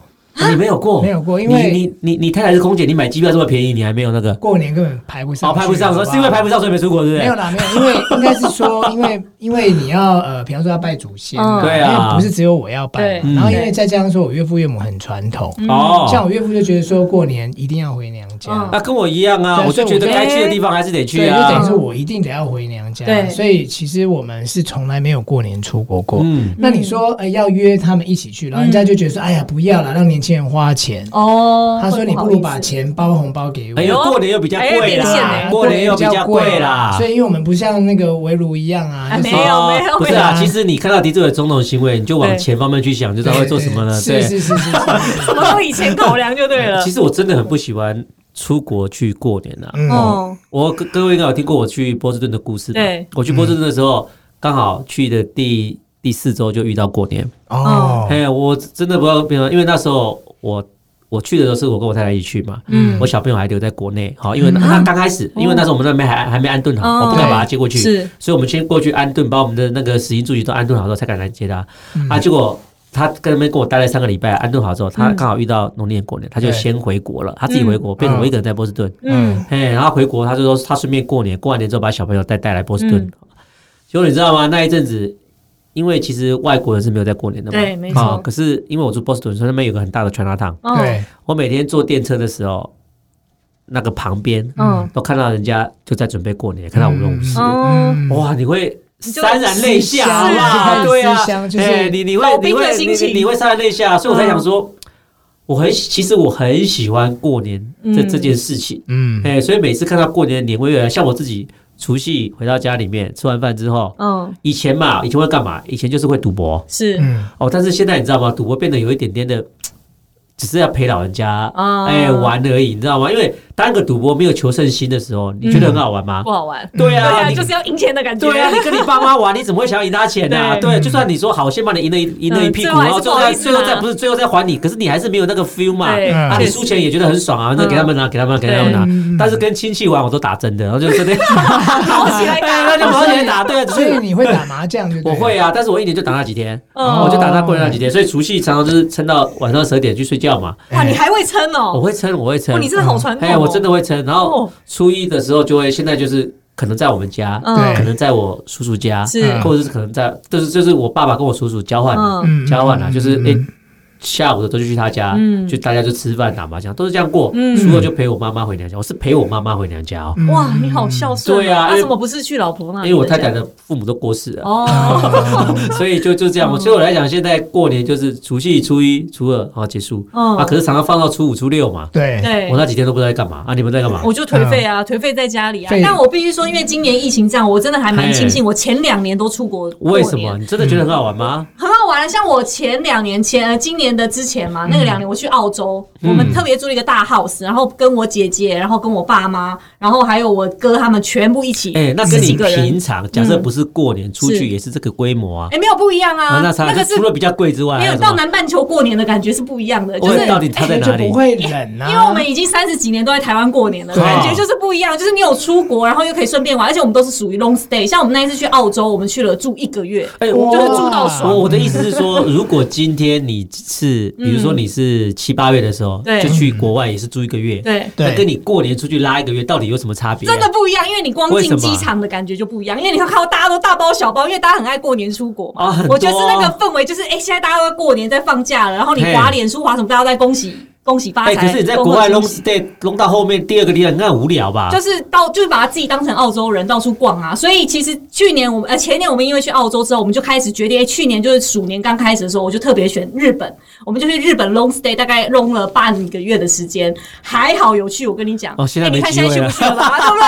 S1: 你没有过，
S3: 没有过因为
S1: 你你你你太太是空姐，你买机票这么便宜，你还没有那个，
S3: 过年根本排不上
S1: 哦，
S3: 去，
S1: 拍不上，
S3: 好
S1: 说
S3: 好
S1: 是因为拍不上所以没出国，对不
S3: 没有
S1: 对？
S3: 啦，没有，因为应该是 说，因为因为你要呃，比方说要拜祖先
S2: 嗯
S3: 嘛，
S1: 对啊
S3: 因为不是只有我要拜嘛，
S1: 对
S3: 然后
S1: 嗯
S3: 因为再加上说我岳父岳母很传统，
S1: 哦，
S3: 像我岳父就觉得说过年一定要回娘家
S2: 嗯
S1: 那、，跟我一样啊，
S3: 对
S1: 我就觉得
S3: 所以
S2: 我
S1: 该
S2: 觉得
S1: 去的地方还是得去
S3: 对，就等于
S1: 啊。
S3: 是我一定得要回娘家，
S2: 对
S3: 所以其实我们是从来没有过年出国过。
S1: 嗯，
S3: 那你说，哎，要约他们一起去，然后人家就觉得说，哎呀，不要了，让年轻人花钱。
S2: 嗯哦，
S3: 他说，你
S2: 会
S3: 不
S2: 好
S3: 如
S2: 意思
S3: 把钱包红包给我啊
S1: 哎。呦，过年又比较贵
S2: 哎变现
S1: 啦，
S2: 欸
S1: 过年又比较贵啦。
S3: 所以因为我们不像那个围炉一样啊，
S2: 哎
S3: 就是
S2: 没有
S1: 哦
S2: 没有
S1: 不是
S3: 没
S1: 啊，
S3: 有
S1: 其实你看到狄志伟种种行为，你就往
S2: 对
S1: 钱方面去想，就知道会做什么了。对
S3: 是是是是是，
S2: 什么都以前考量就对了。
S1: 其实我真的很不喜欢出国去过年啊。
S3: 嗯，
S2: 哦，
S1: 我各各位应该有听过我去波士顿的故事吧？
S2: 对，
S1: 我去波士顿的时候，刚好去的第第四周就遇到过年。
S3: 哦，
S1: 哎，我真的不知道为什么，因为那时候我我去的时候是我跟我太太一起去嘛。
S3: 嗯
S1: 我小朋友还留在国内，好，因为那那刚开始，因为那时候我们那边还还没安顿好，
S2: 嗯哦
S1: 我不敢把他接过去，
S2: 是
S1: 所以我们先过去安顿，把我们的那个食衣住行都安顿好之后，才敢来接他。
S3: 嗯
S1: 啊，结果他跟那边跟我待了三个礼拜，安顿好之后，他
S2: 嗯
S1: 刚好遇到农历年过年，他就
S3: 对
S1: 先回国了，他自己回国，变成我一个人在波士顿。
S2: 嗯，
S1: 哎，然后回国，他就说他顺便过年，过完年之后把小朋友带带来波士顿
S2: 嗯。
S1: 结果你知道吗？那一阵子，因为其实外国人是没有在过年的嘛，
S2: 对没错
S1: 啊可是因为我住波士顿，所以那边有个很大的全拉烫，
S2: 哦，
S3: 嗯对，
S1: 我每天坐电车的时候，那个旁边
S2: 嗯，
S1: 都看到人家就在准备过年，看到舞龙舞狮，
S2: 哦，
S3: 嗯
S1: 哇，你会。
S2: 你就
S1: 潸然泪下，好不好？
S2: 是啊
S1: 对啊
S3: 思乡，就是
S1: 哎你你会
S2: 老
S1: 你
S2: 兵的
S1: 会你
S2: 心情嗯
S1: 你你会潸然泪下，所以我才想说，我很其实我很喜欢过年这
S2: 嗯
S1: 这件事情，
S3: 嗯，
S1: 哎、所以每次看到过年的年味越来越，像我自己除夕回到家里面吃完饭之后，
S2: 嗯，
S1: 以前嘛，以前会干嘛？以前就是会赌博
S2: 是，
S3: 嗯，
S1: 哦，但是现在你知道吗？赌博变得有一点点的，只是要陪老人家哎、
S2: 啊
S1: 玩而已，你知道吗？因为当个赌博没有求胜心的时候，你觉得很
S2: 嗯
S1: 好玩吗？
S2: 不好玩。
S1: 对
S2: 对
S1: 啊，
S2: 啊，
S3: 嗯
S1: 你
S2: 就是要赢钱的感觉。
S1: 对啊，你跟你爸妈玩，你怎么会想要赢他钱呢、
S2: 对
S1: 对，就算你说好，先把你赢了一赢了一
S2: 嗯
S1: 屁股，
S2: 最
S1: 然后最后
S2: 后还是不好
S1: 再
S2: 意思
S1: 最后再
S2: 啦
S1: 不是最后再还你，可是你还是没有那个 feel 嘛。
S2: 对
S3: 嗯
S1: 啊，
S2: 确
S1: 你
S2: 实
S1: 输钱也觉得很爽啊，
S2: 嗯
S1: 那给他们拿，给他们拿，给他们拿
S3: 对。
S1: 但是跟亲戚玩，我都打真的，然后就真的，
S2: 跑起来打，
S1: 那就毛钱打，对啊，只
S3: 所以
S1: 是
S3: 你会打麻将就对
S1: 我
S3: 了，
S1: 会啊，但是我一年就打那几天，
S2: 嗯
S1: 我就打那过年那几天，所以除夕常常就是撑到晚上十二点去睡觉嘛。
S3: 哎
S2: 哇，你还会撑
S1: 哎我
S2: 哦！
S1: 会撑，我会撑
S2: 哇，，你真的好传统
S1: 哎，
S2: 哦！
S1: 我真的会撑。然后
S2: 哦
S1: 初一的时候就会，现在就是可能在我们家，
S3: 对
S1: 可能在我叔叔家，
S2: 嗯是
S1: 或者是可能在，就是就是我爸爸跟我叔叔交换，
S2: 嗯
S3: 嗯
S1: 交换啊，就是哎，下午的都就去他家，嗯，就大家就吃饭打麻将，都是这样过。
S2: 嗯
S1: 初二就陪我妈妈回娘家，我是陪我妈妈回娘家哦，
S3: 嗯
S2: 哇，你好孝顺、
S1: 对啊因
S2: 那
S1: 为
S2: 怎么不是去老婆那
S1: 因
S2: 里？
S1: 为我太太的父母都过世了，
S2: 嗯哦，
S1: 所以就就这样。所以我来讲，现在过年就是除夕、初一、初二，好结束。
S2: 嗯
S1: 啊，可是常常放到初五、初六嘛，
S3: 对，
S2: 对
S1: 我。那几天都不知道在干嘛啊，你们在干嘛？
S2: 我就颓废
S1: 嗯
S2: 啊，颓废在家里啊
S3: 废。
S2: 但我必须说，因为今年疫情这样，我真的还蛮庆幸，我前两年都出国过
S1: 为
S2: 年。
S1: 什么？你真的觉得很好玩吗？
S2: 很好玩。啊像我前两年前，呃，今年的之前嘛，那个两年我去澳洲，
S1: 嗯
S2: 我们特别租了一个大 house，然后跟我姐姐，然后跟我爸妈，然后还有我哥他们全部一起，
S1: 哎，那
S2: 嗯十
S1: 跟
S2: 几
S1: 你
S2: 个人嗯
S1: 平。常假设不是过年出
S2: 是
S1: 去也是这个规模啊？
S2: 哎，没有不一样啊，
S1: 啊，那啥，
S2: 个是
S1: 除了比较贵之外，还
S2: 没有
S1: 什
S2: 到
S1: 么？
S2: 南半球过年的感觉是不一样的，就
S1: 我
S2: 是
S1: 到底他在
S3: 就
S1: 哪里
S3: 不？会冷啊，
S2: 因为我们已经三十几年都在台湾过年了，
S3: 对
S1: 啊
S2: 感觉就是不一样。就是你有出国，然后又可以顺便玩，而且我们都是属于 long stay。像我们那一次去澳洲，我们去了住一个月，
S1: 哎，
S3: 哇
S1: 我
S2: 就是住到爽
S1: 我我的意思是说，如果今天你是，比如说你是七八月的时候，
S2: 嗯对
S1: 就去国外也是住一个月，
S2: 对。
S1: 那跟
S3: 对，
S1: 你过年出去拉一个月，到底有什么差别啊？
S2: 真的不一样，因为你光
S1: 为什
S2: 进
S1: 么
S2: 机场的感觉就不一样，因为你看到大家都大包小包，因为大家很爱过年出国嘛。
S1: 啊很多啊
S2: 我觉得是那个氛围，就是哎、现在大家都在过年在放假了，然后你
S1: 嘿
S2: 滑脸书滑什么，大家都在恭喜恭喜发财。
S1: 哎，可是你在国外
S2: 恭贺
S1: long
S2: 新喜
S1: stay 弄到后面第二个地方，那很无聊吧？
S2: 就是到就是把他自己当成澳洲人到处逛啊，所以其实去年我们呃前年我们因为去澳洲之后，我们就开始决定，诶哎去年就是鼠年刚开始的时候，我就特别选日本，我们就去日本 long stay，大概 long 了半个月的时间，还好有去，我跟你讲，
S1: 哦现在
S2: 诶
S1: 没
S2: 你看
S1: 机
S2: 现
S1: 会
S2: 在去不去 了吧，对不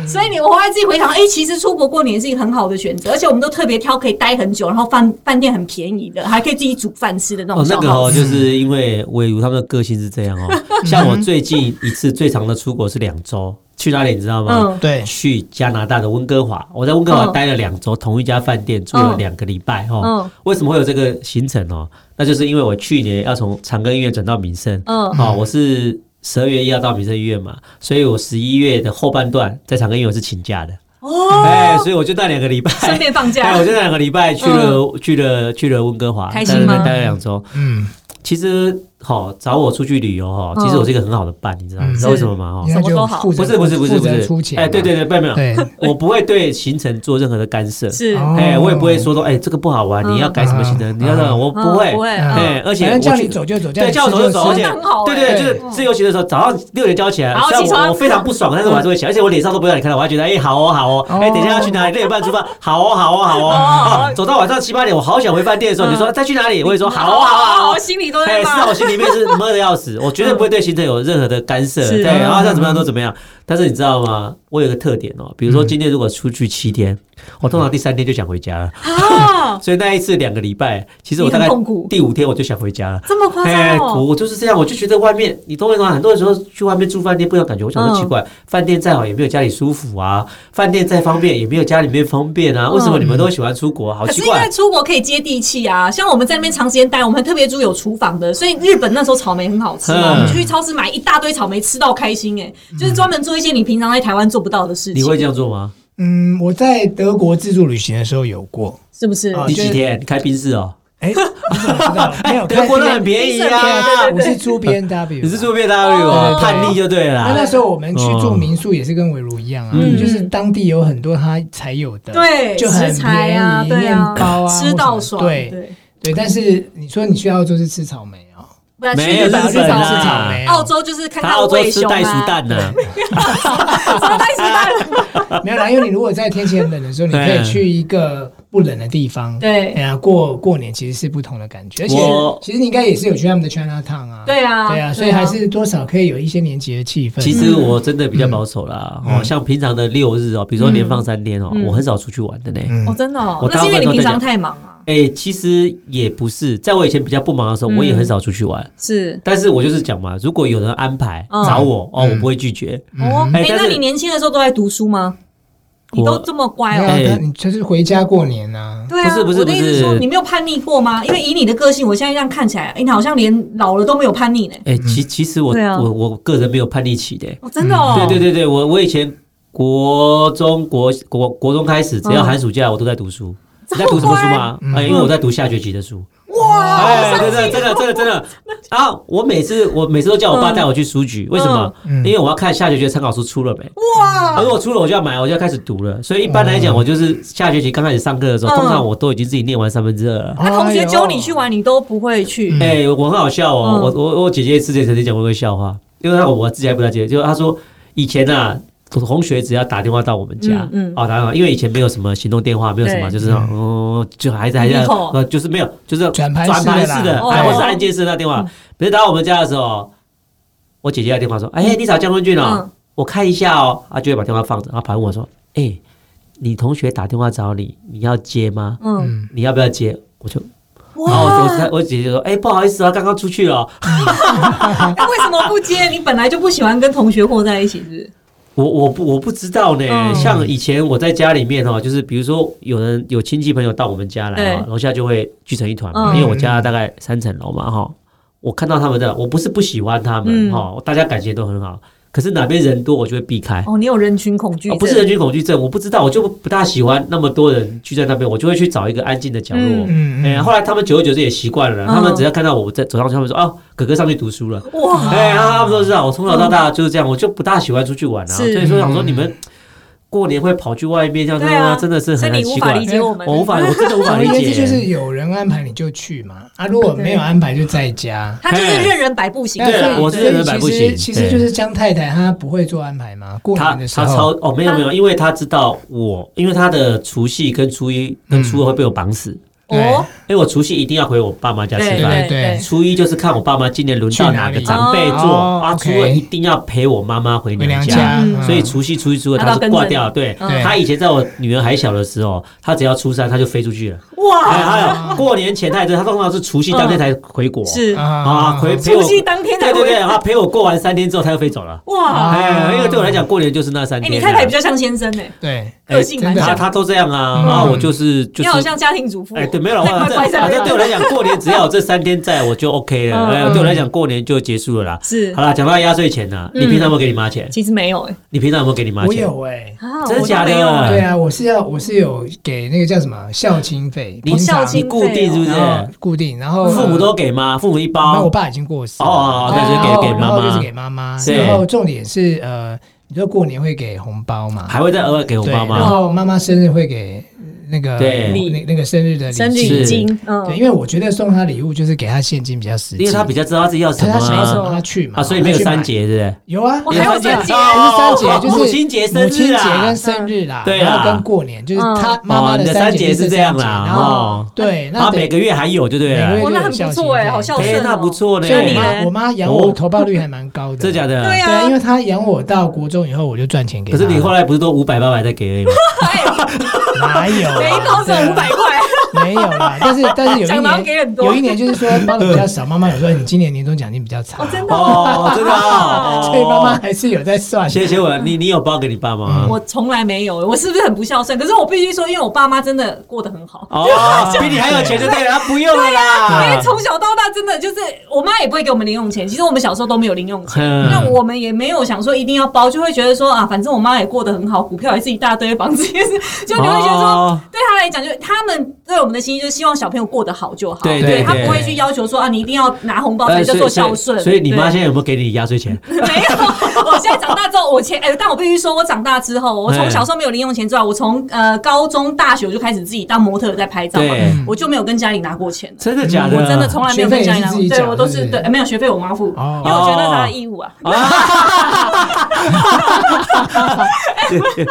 S2: 对？所以你我后来自己回想，哎、其实出国过年是一个很好的选择，而且我们都特别挑可以待很久，然后饭饭店很便宜的，还可以自己煮饭吃的那种
S1: 哦，那
S2: 小
S1: 个
S2: 耗
S1: 哦，
S2: 子。
S1: 就是因为伟如他们的个性是这样 哦。像我最近一次最长的出国是两周，去哪里你知道吗？
S2: 嗯
S3: 对，
S1: 去加拿大的温哥华，我在温哥华
S2: 嗯
S1: 待了两周，同一家饭店住了两个礼拜哦
S2: 嗯。
S1: 为什么会有这个行程哦？那就是因为我去年要从长庚医院转到民生，
S2: 嗯
S1: 哦，我是十二月一号到民生医院嘛，所以我十一月的后半段在长庚医院我是请假的，
S2: 哦，
S1: 哎，所以我就那两个礼拜
S2: 顺便放假
S1: 哎，我，就那两个礼拜去了去了去了温哥华，
S2: 开心吗
S1: 待了待了两周。
S3: 嗯，
S1: 其实，好找我出去旅游哈，
S2: 嗯
S1: 其实我是一个很好的伴，你知道吗
S3: 嗯
S1: 你知道为什么吗？
S3: 你
S1: 哈，
S2: 什
S3: 看
S2: 么
S3: 就
S2: 都好
S3: 负责
S1: 哦不是不是不是
S3: 负
S1: 不
S3: 责
S1: 是
S3: 出，钱嘛，
S1: 哎，对对对，没有没有，
S3: 对，
S1: 我不会对行程做任何的干涉，
S2: 是，
S3: 哦
S1: 哎，我也不会说说，哎，这个不好玩，
S2: 嗯
S1: 你要改什么行程？
S3: 嗯
S1: 你要让我不
S2: 嗯
S1: 会
S2: 不，会，
S3: 嗯
S2: 嗯
S1: 哎，而且
S3: 反
S1: 我
S3: 正叫你
S1: 去
S3: 走就走，
S1: 对，叫
S3: 你
S1: 我走就
S3: 吃
S1: 走，而且
S2: 那很好哎
S1: 对对，
S3: 对
S1: 就是自由行的时候，早上六点就要起来
S2: 然，后
S1: 虽
S2: 起床嗯
S1: 然我我非常不爽，但是我还是会起来，而且我脸上都不会让你看到，我还觉得哎好哦好哦，哎
S3: 哦
S1: 等一下要去哪里？六点半出发，好哦好哦好哦
S2: 哦
S1: 啊， 走到晚上七八点，我好想回饭店的时候，
S2: 嗯
S1: 你说再去哪里？我也说
S2: 啊
S1: 好哦好哦好哦
S2: 我。心里都
S1: 哎，
S2: 在
S1: 是啊，
S2: 骂
S1: 我。心里面是闷的要死，我绝对不会对行程有任何的干涉，
S2: 是啊
S1: 对，然后想怎么样都怎么样。但是你知道吗？我有个特点哦，比如说
S2: 嗯
S1: 今天如果出去七天，我通常第三天就想回家了，
S2: 啊，
S1: 所以那一次两个礼拜，其实我大概
S2: 你很痛苦
S1: 第五天我就想回家了。
S2: 这么夸
S1: 哎，
S2: 张
S1: 我
S2: 哦！
S1: 我就是这样，我就觉得外面，你懂我意思吗？很多时候去外面住饭店不一样感觉，我想说
S2: 嗯
S1: 奇怪，饭店再好也没有家里舒服啊，饭店再方便也没有家里面方便啊，为什么你们都喜欢出国？好
S2: 嗯可
S1: 奇
S2: 是因为
S1: 怪。
S2: 出国可以接地气啊，像我们在那边长时间待，我们还特别注意有厨房的，所以日本那时候草莓很好吃嘛，
S1: 嗯
S2: 我们就去超市买一大堆草莓，吃到开心哎、就是专门做一些你平常在台湾做不到的事
S1: 你
S2: 情，
S1: 会这样做吗？
S3: 嗯，我在德国自助旅行的时候有过，
S2: 是不是？
S3: 啊
S1: 你
S3: 就
S1: 几
S3: 是
S1: 天？你开宾士哦，
S3: 哎，你怎么知 道？没有，
S1: 德国人很便宜啊
S2: 啊对对对，
S3: 我是住 B N W，
S1: 你是住 B W
S2: 哦
S1: 哦，叛逆就对
S3: 啊那
S1: 了
S3: 那。时候我们去住
S1: 哦
S3: 民宿也是跟伟如一样啊，
S1: 嗯
S3: 就是当地有很多他才有的，
S2: 对，
S3: 就很
S2: 食材啊，
S3: 便宜
S2: 对啊，
S3: 面包啊
S2: 吃到爽，
S3: 或什么对
S2: 对。
S3: 对。但是你说你去澳洲是吃草莓哦，
S2: 不然去
S1: 没有
S2: 日本
S1: 日
S2: 吃
S1: 本
S2: 草
S1: 啊
S3: 吃
S2: 莓，
S3: 草莓哦，
S2: 澳洲就是看
S1: 他
S2: 到
S1: 澳洲
S2: 喂
S1: 吃
S2: 熊啊，
S1: 袋鼠蛋呢，
S2: 什么袋鼠蛋？
S3: 没有啦，因为你如果在天气很冷的时候，你可以去一个不冷的地方，
S2: 对
S3: 哎呀，过过年其实是不同的感觉，而且
S1: 我
S3: 其实你应该也是有去他们的 China Town 啊，
S2: 对啊
S3: 对啊，所以还是多少可以有一些年节的气氛。
S1: 其实我真的比较保守啦。
S3: 嗯
S1: 哦，像平常的六日哦，比如说连放三天哦，
S2: 嗯
S1: 我很少出去玩的呢。
S3: 嗯
S2: 哦，真的哦
S1: 我，
S2: 那
S1: 大
S2: 是
S1: 部
S2: 因
S1: 分
S2: 为你
S1: 都
S2: 平
S1: 在
S2: 常
S1: 家
S2: 太忙啊，
S1: 哎，其实也不是，在我以前比较不忙的时候，我也很少出去玩。
S2: 是
S1: 但是我就是讲嘛，如果有人安排
S2: 嗯
S1: 找我哦，
S3: 嗯
S1: 我不会拒绝。
S2: 哦，
S1: 哎
S2: 哎、
S1: 但
S2: 那
S1: 是
S2: 你年轻的时候都在读书吗？你
S1: 我
S2: 都这么乖
S3: 没有
S2: 哦。
S3: 啊，
S1: 哎
S3: 那你就是回家过年啊，
S2: 对啊，
S1: 不是不是
S2: 我的意思
S1: 不是
S2: 说，你没有叛逆过吗？因为以你的个性，我现在这样看起来，哎你好像连老了都没有叛逆呢。
S1: 哎、其其实我、
S2: 对啊
S1: 我我个人没有叛逆期的、
S2: 哦，真的哦，
S1: 嗯对对对对，我我以前国中国国国中开始，只要
S2: 嗯
S1: 寒暑假我都在读书。你在
S2: 这
S1: 读
S2: 么
S1: 什么书
S2: 乖
S1: 吗？
S3: 嗯
S1: 哎，因为我在读下学期的书。
S2: 哇，啊
S1: 哎，真的，真的，真的，真的啊！我每次我每次都叫我爸带我去书局，为什么？
S2: 嗯
S1: 因为我要看下学期的参考书出了没。哇！如果出了，我就要买，我就要开始读了。所以一般来讲，我就是下学期刚开始上课的时候，
S2: 嗯
S1: 通常我都已经自己念完三分之二了。
S2: 那同学揪你去
S3: 哎
S2: 玩，你都不会去。
S1: 哎、我很好笑哦，
S2: 嗯
S1: 我我我姐姐之前曾经讲过一个笑话，因为她我自己还不了解，就是她说以前啊。同学只要打电话到我们家，
S2: 嗯嗯
S1: 哦，打电话，因为以前没有什么行动电话，没有什么，
S2: 对
S1: 就是那种，哦、就还是还是
S2: 门口，
S1: 呃，就是没有，就是
S3: 嗯转盘式的
S1: 转
S3: 啦
S1: 盘式的，
S2: 哦嗯
S1: 哎，或是按键式的那电话。每次打到我们家的时候，我姐姐的电话说，哎、你找江文俊哦，
S2: 嗯
S1: 我看一下哦，啊，就会把电话放着，然后跑来问我说，哎、你同学打电话找你，你要接吗？
S2: 嗯，
S1: 你要不要接？我就然后我我我姐姐说：“哎、不好意思啊，刚刚出去了。
S2: 那为什么不接？你本来就不喜欢跟同学混在一起，是不是？
S1: 我我不我不知道呢。
S2: 嗯
S1: 像以前我在家里面哦，就是比如说有人有亲戚朋友到我们家来哦，
S2: 对
S1: 楼下就会聚成一团嘛，
S2: 嗯
S1: 因为我家大概三层楼嘛哈。我看到他们的，我不是不喜欢他们
S2: 嗯
S1: 哈、大家感情都很好。可是哪边人多，我就会避开。
S2: 哦，你有人群恐惧
S1: 哦
S2: 症，
S1: 不是人群恐惧症，我不知道，我就不大喜欢那么多人聚在那边，我就会去找一个安静的角落。
S2: 嗯
S3: 嗯
S1: 哎、
S3: 嗯，
S1: 后来他们久而久之也习惯了，
S2: 嗯
S1: 他们只要看到我在走上去，他们说：“哦，哥哥上去读书了。”
S2: 哇，
S1: 哎，他们都知道，我从小到大就是这样，我就不大喜欢出去玩啊。所
S2: 是
S1: 以说，
S3: 嗯
S1: 想说你们过年会跑去外面这样子
S2: 对啊
S1: 吗？真的是
S2: 所以
S1: 很
S2: 你
S1: 很
S2: 无
S1: 奇
S2: 法
S1: 怪
S2: 理，解我们，
S1: 我无法，我真的无
S3: 总
S1: 法
S3: 而
S1: 理
S3: 言之
S1: 解。
S3: 就是有人安排你就去嘛，啊，如果没有安排就在家。
S2: 他就是任人摆布型的，
S1: 哎对啊
S3: 所以
S1: 我是认为摆不
S3: 所以
S1: 行
S3: 其实其实就是江太太她不会做安排嘛，过
S1: 他
S3: 年的时
S1: 他超
S3: 候，
S1: 哦没有没有，因为他知道我，因为他的除夕跟初一
S3: 嗯
S1: 跟初二会被我绑死，
S2: 哦，
S1: 因为我除夕一定要回我爸妈家吃
S2: 对
S1: 饭，
S2: 对
S3: 对对
S1: 初一就是看我爸妈今年轮到哪个长辈
S3: 去
S1: 做
S3: 哪里
S1: 啊，
S3: 哦
S1: 初二
S3: OK
S1: 一定要陪我妈妈回
S3: 回
S1: 娘
S3: 娘
S1: 家。
S3: 家，嗯
S2: 嗯
S1: 所以除夕、初一、初二
S2: 他
S1: 他
S2: 都
S1: 是
S2: 跟
S1: 挂
S2: 着
S1: 掉了，对
S3: 对
S1: 他以前在我女儿还小的时候，他只要初三他就飞出去了。哎，
S2: 哇，
S1: 还有过年前他也是，他通常是除夕当天才回国，
S2: 是
S3: 嗯
S1: 啊，回陪
S2: 除
S1: 我，
S2: 夕当天才
S1: 对对
S2: 回
S1: 对，，他陪我过完三天之后他又飞走了。
S2: 哇，
S1: 哎，因为对我来讲，过年就是那三
S2: 哎，
S1: 天。啊
S2: 你太太比较像先生哎，
S3: 对，
S2: 个性蛮
S3: 真的
S1: 他
S2: 像，
S1: 他都这样啊，然后我就是就
S2: 嗯你
S1: 是
S2: 好像家庭主妇，
S1: 哎，对，没有了，我
S2: 乖
S1: 这
S2: 乖在
S1: 反正对我来讲，过年只要有这三天在，我就 OK 了。
S2: 嗯
S1: 哎，
S2: 嗯
S1: 对我来讲，过年就结束了啦。
S2: 是
S1: 好，啦，讲到压岁钱呢，你
S2: 嗯
S1: 平常有没有给你妈钱？
S2: 其实没有哎，
S1: 你平常有没有给你妈嗯
S3: 我
S1: 钱？
S3: 有哎，
S2: 啊
S1: 真的
S2: 我
S1: 假的
S2: 都没有哎
S3: 对啊，我是要我是有给那个叫什么孝亲费，
S1: 你
S3: 平常
S2: 孝亲
S1: 你固定是不是？
S3: 然后固定，然后呃
S1: 父母都给吗？父母一
S3: 那
S1: 包？
S3: 我爸已经过世
S1: 哦
S3: 了
S1: 哦哦
S2: 那就是给
S3: 然后
S1: 给妈妈
S3: 然后就是给妈妈，
S1: 是
S3: 然后重点是呃，你说过年会给红包嘛？
S1: 还会再额外给我
S3: 对，
S1: 爸
S3: 然
S1: 妈？
S3: 后妈妈生日会给那个
S1: 对
S3: 那那个生日的
S2: 生日
S3: 礼
S1: 是
S2: 礼金，
S3: 对，
S2: 嗯，
S3: 因为我觉得送她礼物就是给她现金比较实际，
S1: 因为他比较知道自己要什
S3: 所以
S1: 么
S3: 她想要什
S1: 啊
S3: 么她去嘛，
S1: 啊，所以没有
S3: 她去买
S1: 三，节，是不是？
S3: 有啊，
S2: 哦我还有三节
S3: 不是三节
S1: 哦，
S3: 就是
S1: 母亲节、生
S3: 母亲
S1: 日
S3: 节
S1: 啊
S3: 跟。生日啦，
S1: 对
S3: 然
S1: 啦
S3: 后跟过年，就是
S2: 嗯
S3: 她妈妈
S1: 哦你的
S3: 三
S1: 三节
S3: 节
S1: 是这
S3: 这
S1: 样啦
S3: 然后
S1: 哦
S3: 对，
S1: 然
S3: 那
S1: 后
S3: 得
S1: 每个月还有，就对
S3: 每个
S1: 了
S3: 月。
S2: 哦，那很不错哎，好孝
S1: 哎、
S2: 顺哦，
S1: 那不 错呢
S3: 所以我
S2: 那你
S3: 妈
S2: 嘞
S3: 我妈养
S1: 哦
S3: 我投报率还蛮高的，
S1: 真假的？
S2: 对
S3: 对，因
S2: 啊，
S3: 为她养我到国中以后，我就赚钱给
S1: 可
S3: 她。
S1: 是你后来不是都五百八百再给而已吗？
S3: 哪有啊？
S2: 每一包只有五百块，
S3: 没有啦，但是但是有 一
S2: 讲得好像
S3: 年
S2: 给很多
S3: 有一年就是说包的比较少，妈妈有说你今年年终奖金比较差，
S2: 哦，真的哦。
S1: 哦，真的 哦。
S3: 所以妈妈还是有在算。
S1: 谢谢我，你你有包给你爸妈
S3: 嗯
S1: 吗？
S2: 我从来没有，我是不是很不孝顺？可是我必须说，因为我爸妈真的过得很好。
S1: 哦， 啊比你还有钱就对了，他不用了
S2: 因为
S1: 啦。
S2: 从小到大，真的就是我妈也不会给我们零用钱。其实我们小时候都没有零用钱，
S1: 嗯
S2: 那我们也没有想说一定要包，就会觉得说啊，反正我妈也过得很好，股票也是一大堆，房子也是，就你会觉得说，
S1: 哦
S2: 对她来讲，就是他们对我们的心意就是希望小朋友过得好就好，
S1: 对
S3: 对
S2: 她
S1: 对呃
S2: 不会去要求说啊，你一定要拿红包才叫
S1: 所以
S2: 做孝顺。
S1: 所以你妈
S2: 对
S1: 现在有没有给你压岁钱？
S2: 没有，我现在长大之后，我前哎、但我必须说，我长大之后，我从小时候没有零用钱之外，我从呃高中、大学我就开始自己当模特儿在拍照嘛
S1: 对，嗯
S2: 我就没有跟家里拿过钱，
S1: 真的假的？
S2: 我真的从来没有跟家里拿过，
S3: 学费也是自己
S2: 对
S3: 缴
S2: 我都
S3: 是
S2: 是
S3: 不是
S2: 对、哎没有学费我妈付，
S3: 哦
S2: 因为我觉得那是她的义务啊。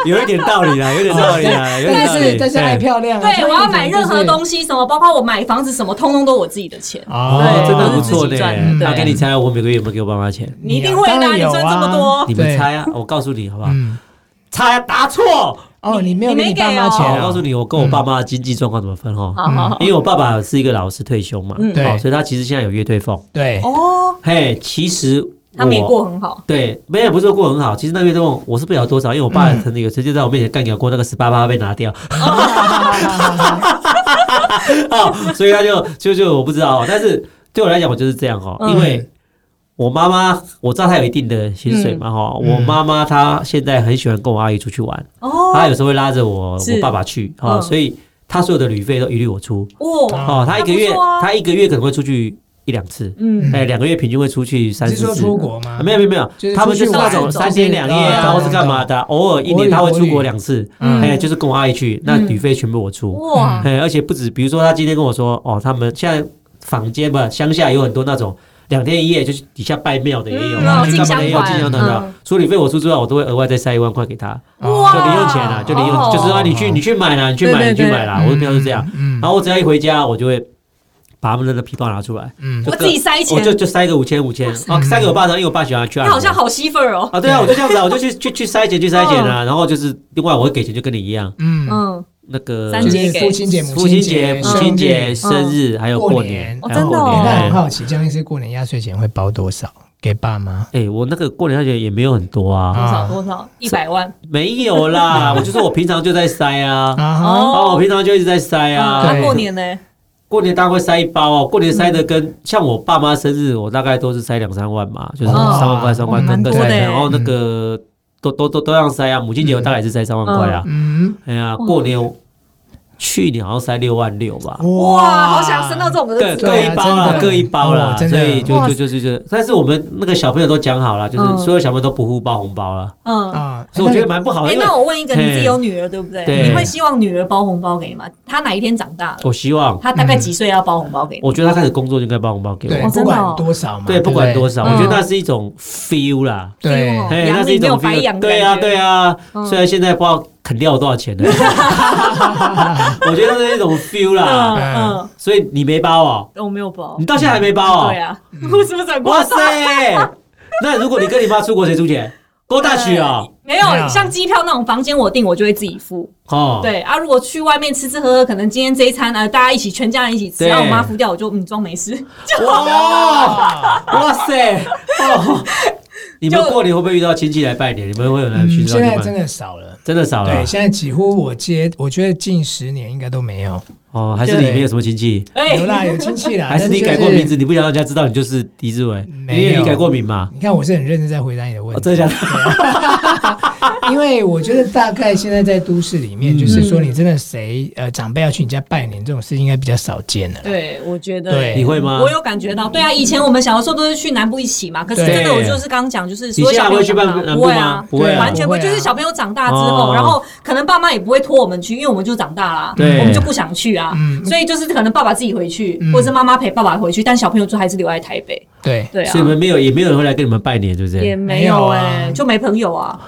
S1: 有一点道理啦，有点道理啦，有点
S3: 但
S1: 道理
S3: 哦是。但是爱漂亮啊，
S2: 对，我要买任何
S3: 西
S2: 东西，什么包括我买房子什么，通通都我自己的钱。
S3: 嗯
S1: 哦，
S2: 对
S1: 真的
S2: 我
S1: 不
S2: 是自己
S1: 错呢
S2: 赚的。对
S1: 那给你猜，我每个月有没有给我爸妈钱？
S2: 你一定会
S3: 当
S2: 的啊，
S3: 然
S2: 你
S3: 有
S2: 赚这么
S3: 啊
S2: 多
S1: 你，们
S3: 对
S1: 猜啊！我告诉你好不好？
S3: 嗯，
S1: 猜啊答错。
S3: 哦，你没有
S2: 你
S3: 给
S2: 没
S3: 你
S2: 给
S3: 爸妈
S2: 哦
S3: 钱
S1: 好，我
S3: 啊，
S1: 告诉你，我跟我爸妈的经济状况怎么分哈。
S2: 好好好
S1: 因为我爸爸是一个老师退休嘛，
S2: 嗯
S1: 对，
S3: 对
S1: 所以他其实现在有月退俸。
S3: 对，
S2: 哦，
S1: 嘿，其实
S2: 他们也
S1: 我
S2: 过很好，
S1: 对，没有不是说过很好，其实那个月俸我是不了多少，因为我
S2: 嗯
S1: 爸曾经有曾经在我面前干掉过那个十八八被拿掉， 哦， 所以他就就就我不知道，哦但是对我来讲我就是这样哈，
S2: 嗯
S1: 因为。我妈妈，我知道她有一定的薪水嘛哈。
S3: 嗯
S1: 我妈妈她现在很喜欢跟我阿姨出去玩，
S2: 哦，
S1: 她有时候会拉着我
S2: 是
S1: 我爸爸去哈，
S2: 嗯
S1: 所以他所有的旅费都一律我出。
S2: 哇，
S1: 哦，他一个
S2: 那不
S1: 月
S2: 错啊
S1: 他一个月可能会出去一两次，
S2: 嗯，
S1: 哎，两个月平均会出去三
S3: 你是
S1: 四
S3: 说
S1: 次
S3: 出。国吗
S1: 啊？没有没有没有
S3: 就，是
S1: 他们
S3: 出
S1: 就
S3: 去
S1: 是那
S2: 玩
S1: 种
S2: 走
S1: 三天两夜，
S2: 走
S1: 然后是干嘛的？偶尔一年他会出国两次，
S2: 嗯
S1: 哎，就是跟我阿姨去，那旅费全部我出。
S2: 哇，
S1: 哎，而且不止，比如说他今天跟我说，哦，他们现在坊间吧，乡下有很多那种两天一夜，就是底下拜庙的也有，
S2: 嗯
S1: 然后去
S2: 进
S1: 干嘛的也有，
S2: 香团
S1: 进香团的啊
S2: 嗯。
S1: 除了旅费我出之外，我都会额外再塞一万块给他，
S2: 哇
S1: 就零用钱
S3: 啊
S1: 啊啦，就零用，
S2: 哦
S1: 就是说你去你去买啦，你去买
S2: 对对
S1: 你去买啦，我的票是这样。
S3: 嗯，嗯，
S1: 然后我只要一回家，我就会把他们的皮包拿出来，
S3: 嗯
S1: 就
S2: 我
S1: 各
S2: 自己塞
S1: 我
S2: 钱，
S1: 就就塞个五千五千，啊，塞给我爸的，因为我爸喜欢去按
S2: 那
S1: 摩。
S2: 好像好嗯媳妇儿哦，
S1: 啊，对啊，我就这样子啊，我就去去去塞钱去塞钱啊，然后就是另外我会给钱，就跟你一样，
S3: 嗯，
S2: 嗯，
S1: 那个
S2: 三
S3: 就
S2: 节
S3: 是
S2: 给
S3: 父亲节、
S1: 父亲节、母亲节、
S2: 生日
S1: 生日，还有
S3: 过
S1: 过
S3: 年
S1: 年，
S2: 哦
S1: 还有
S2: 真的
S1: 过
S2: 哦
S1: 年
S3: 哎那很
S1: 哎
S3: 好奇，江医师过年压岁钱会包多少给爸妈？
S1: 哎，我那个过年那些也没有很多啊，
S2: 多少
S3: 啊
S2: 多少一百万，
S1: 没有啦，我就说我平常就在塞啊，
S2: 哦嗯
S3: 啊哈，
S1: 哦，我平常就一直在塞啊
S3: 对，
S2: 那过年呢？
S1: 过年大概会塞一包哦，过年塞的跟像我爸妈生日，我大概都是塞两三万嘛，就是
S2: 哦
S1: 三万块、三万块
S3: 蛮
S1: 各
S2: 多
S1: 塞，
S2: 的耶
S1: 然后那个都都都都让塞啊，母亲节我大概也是塞三万块啊，
S3: 嗯，
S1: 哎呀，过年我去年好像塞六万六吧，
S2: 哇，好想生到这种儿
S1: 各
S2: 子
S1: 各
S3: 对
S1: 一
S3: 啊
S1: 包啦，
S3: 真的
S1: 各一包啦
S3: 哦，真的
S1: 所以就
S2: 哇
S1: 就就就就，但是我们那个小朋友都讲好了，就
S2: 嗯
S1: 是所有小朋友都不互包红包了，
S2: 嗯。
S3: 啊，
S1: 所以我觉得蛮不好的，
S2: 哎，
S1: 因为
S2: 那我问一个，
S1: 嘿
S2: 你自己有女儿对不对？
S1: 对
S2: 你会希望女儿包红包给你吗？她哪一天长大了？
S1: 我希望，
S2: 她大概几岁要包红包给你？
S1: 嗯我觉得他开始工作就应该包红包给
S3: 对，
S1: 我，
S2: 哦
S3: 不
S2: 真的哦
S3: 管多少嘛，
S1: 对，不管多
S3: 少，
S1: 少，
S2: 嗯
S1: 我觉得那是一种 feel 啦。
S3: 对，
S2: 哦
S1: 哎，
S2: 羊
S1: 那是一
S2: 里没有
S1: 种
S2: 白
S1: feel
S2: 养的
S1: 对啊，
S2: 感觉嗯
S1: 对啊。虽然现在不知道肯掉多少钱 呢，我觉得那是一种 feel 啦。
S2: 嗯
S1: 所以你没包哦，
S2: 嗯，我没有包
S1: 啊你。到现在还没包哦
S2: 对。啊，我 是不是很
S1: 哇
S2: 夸张？
S1: 塞！那如果你跟你妈出国，谁出钱？郭大许哦，
S2: 没
S3: 没有
S2: 有，像机票那种房间我订，我就会自己付。
S1: 哦，
S2: 对啊，如果去外面吃吃喝喝，可能今天这一餐啊，呃大家一起全家人一起吃，
S1: 对
S2: 然后我妈付掉，我就嗯装 没事。
S1: 哇 哇塞！哦， 你们过年会不会遇到亲戚来拜年？你们会有人去
S3: 嗯，
S1: 到
S3: 现
S1: 你
S3: 在
S1: 们？
S3: 真的少了。
S1: 真的少了
S3: 对，现在几乎我接，我觉得近十年应该都没有。
S1: 哦，还是你没有什么亲戚？
S2: 哎
S3: 有啦，有亲戚 啦，
S1: 还是
S3: 但
S1: 你
S3: 就
S1: 改过名字？？你不想让人家知道你就是狄志伟？
S3: 没有
S1: 因为你改过名嘛？
S3: 你看，我是很认真在回答你的问
S1: 哦，
S3: 题。
S1: 真的假的？
S3: 因为我觉得大概现在在都市里面，
S1: 啊嗯
S3: 就是说你真的谁呃长辈要去你家拜年这种事，应该比较少见了。
S2: 对，我觉得
S3: 对
S1: 你会吗
S2: 我？有感觉到，对啊，以前我们小的时候都是去南部一起嘛，可是
S3: 对
S2: 真的我就是刚刚讲，就是
S1: 你
S2: 所
S1: 现在
S2: 有小朋友
S1: 会去
S2: 长
S1: 拜
S2: 大
S1: 南
S2: 不
S1: 部
S2: 会
S1: 吗
S2: 啊？，
S1: 不会
S3: 对
S1: 啊
S2: 完。全不会，
S3: 不
S2: 就
S3: 会啊
S2: 是小朋友长大之
S1: 哦
S2: 后，然后可能爸妈也不会拖我们去，因为我们就长大啦，
S1: 对
S2: 我们就不想去啊，
S3: 嗯
S2: 所以就是可能爸爸自己回去，
S3: 嗯
S2: 或者是妈妈陪爸爸回去，但小朋友就还是留在台北，
S3: 对，
S2: 对啊
S1: 所以，你们没有，也没有人会来跟你们拜年，对不
S2: 也
S1: 对？
S2: 没有
S3: 没有啊
S2: 哎，就没朋友啊，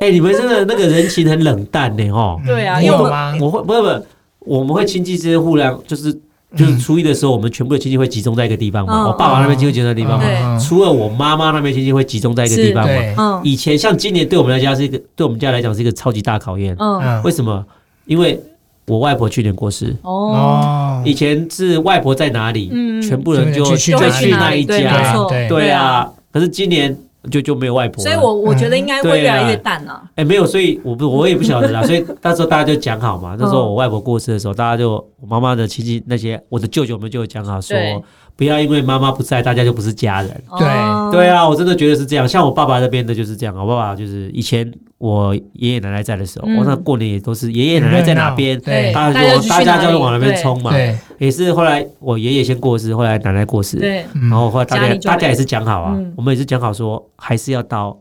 S1: 哎，你们真的那个人情很冷淡呢，哦。
S2: 对啊，
S3: 嗯你
S2: 因为我
S3: 有
S2: 们
S3: 吗？
S1: 我会不不，我们会亲戚之间互相就是就是初一的时候，我们全部的亲戚会集中在一个地方嘛。
S2: 嗯
S1: 我爸爸那边亲戚会集中在一个地方嘛。
S2: 对
S3: 嗯
S1: 初二我妈妈那边亲戚会集中在一个地方嘛。
S3: 对，
S2: 嗯
S1: 以前像今年对我们来讲是一个对我们家来讲是一个超级大考验。
S2: 嗯
S3: 嗯
S1: 为什么？因为我外婆去年过世，
S2: 哦，
S3: 哦，
S1: 以前是外婆在哪里，
S2: 嗯
S1: 全部人
S3: 全部
S1: 就
S3: 人去
S2: 就会
S3: 哪
S1: 去
S2: 去
S3: 里
S1: 那
S2: 哪
S1: 一
S2: 里？对，
S3: 对
S2: 没
S1: 家。
S2: 错，
S3: 对嗯
S1: 对啊，可是今年就就没有外婆了。
S2: 所以我我觉得应该会越来越淡啊了。
S1: 哎、没有，所以我不我也不晓 得啦，所以那时候大家就讲好嘛。那时候
S2: 嗯
S1: 我外婆过世的时候，大家就我妈妈的亲戚那些我的舅舅们就有讲好说
S2: 对，
S1: 不要因为妈妈不在，大家就不是家人。
S2: 哦
S3: 嗯对
S1: 对，啊，我真的觉得是这样。像我爸爸那边的就是这样，啊我爸爸就是以前我爷爷奶奶在的时候，哦
S2: 嗯
S1: 我、那过年也都是爷爷奶奶在哪边，
S3: 对
S1: 大
S2: 大
S1: 家
S2: 家
S1: 就
S2: 就去
S1: 大家
S2: 哪里
S1: 就往那边冲嘛。
S3: 对，
S1: 也是后来我爷爷先过世，后来奶奶过世，
S2: 对，
S3: 嗯
S1: 然后后来大
S2: 家
S1: 家
S2: 里就
S1: 大家也是讲好啊，
S2: 嗯
S1: 我们也是讲好说，还是要到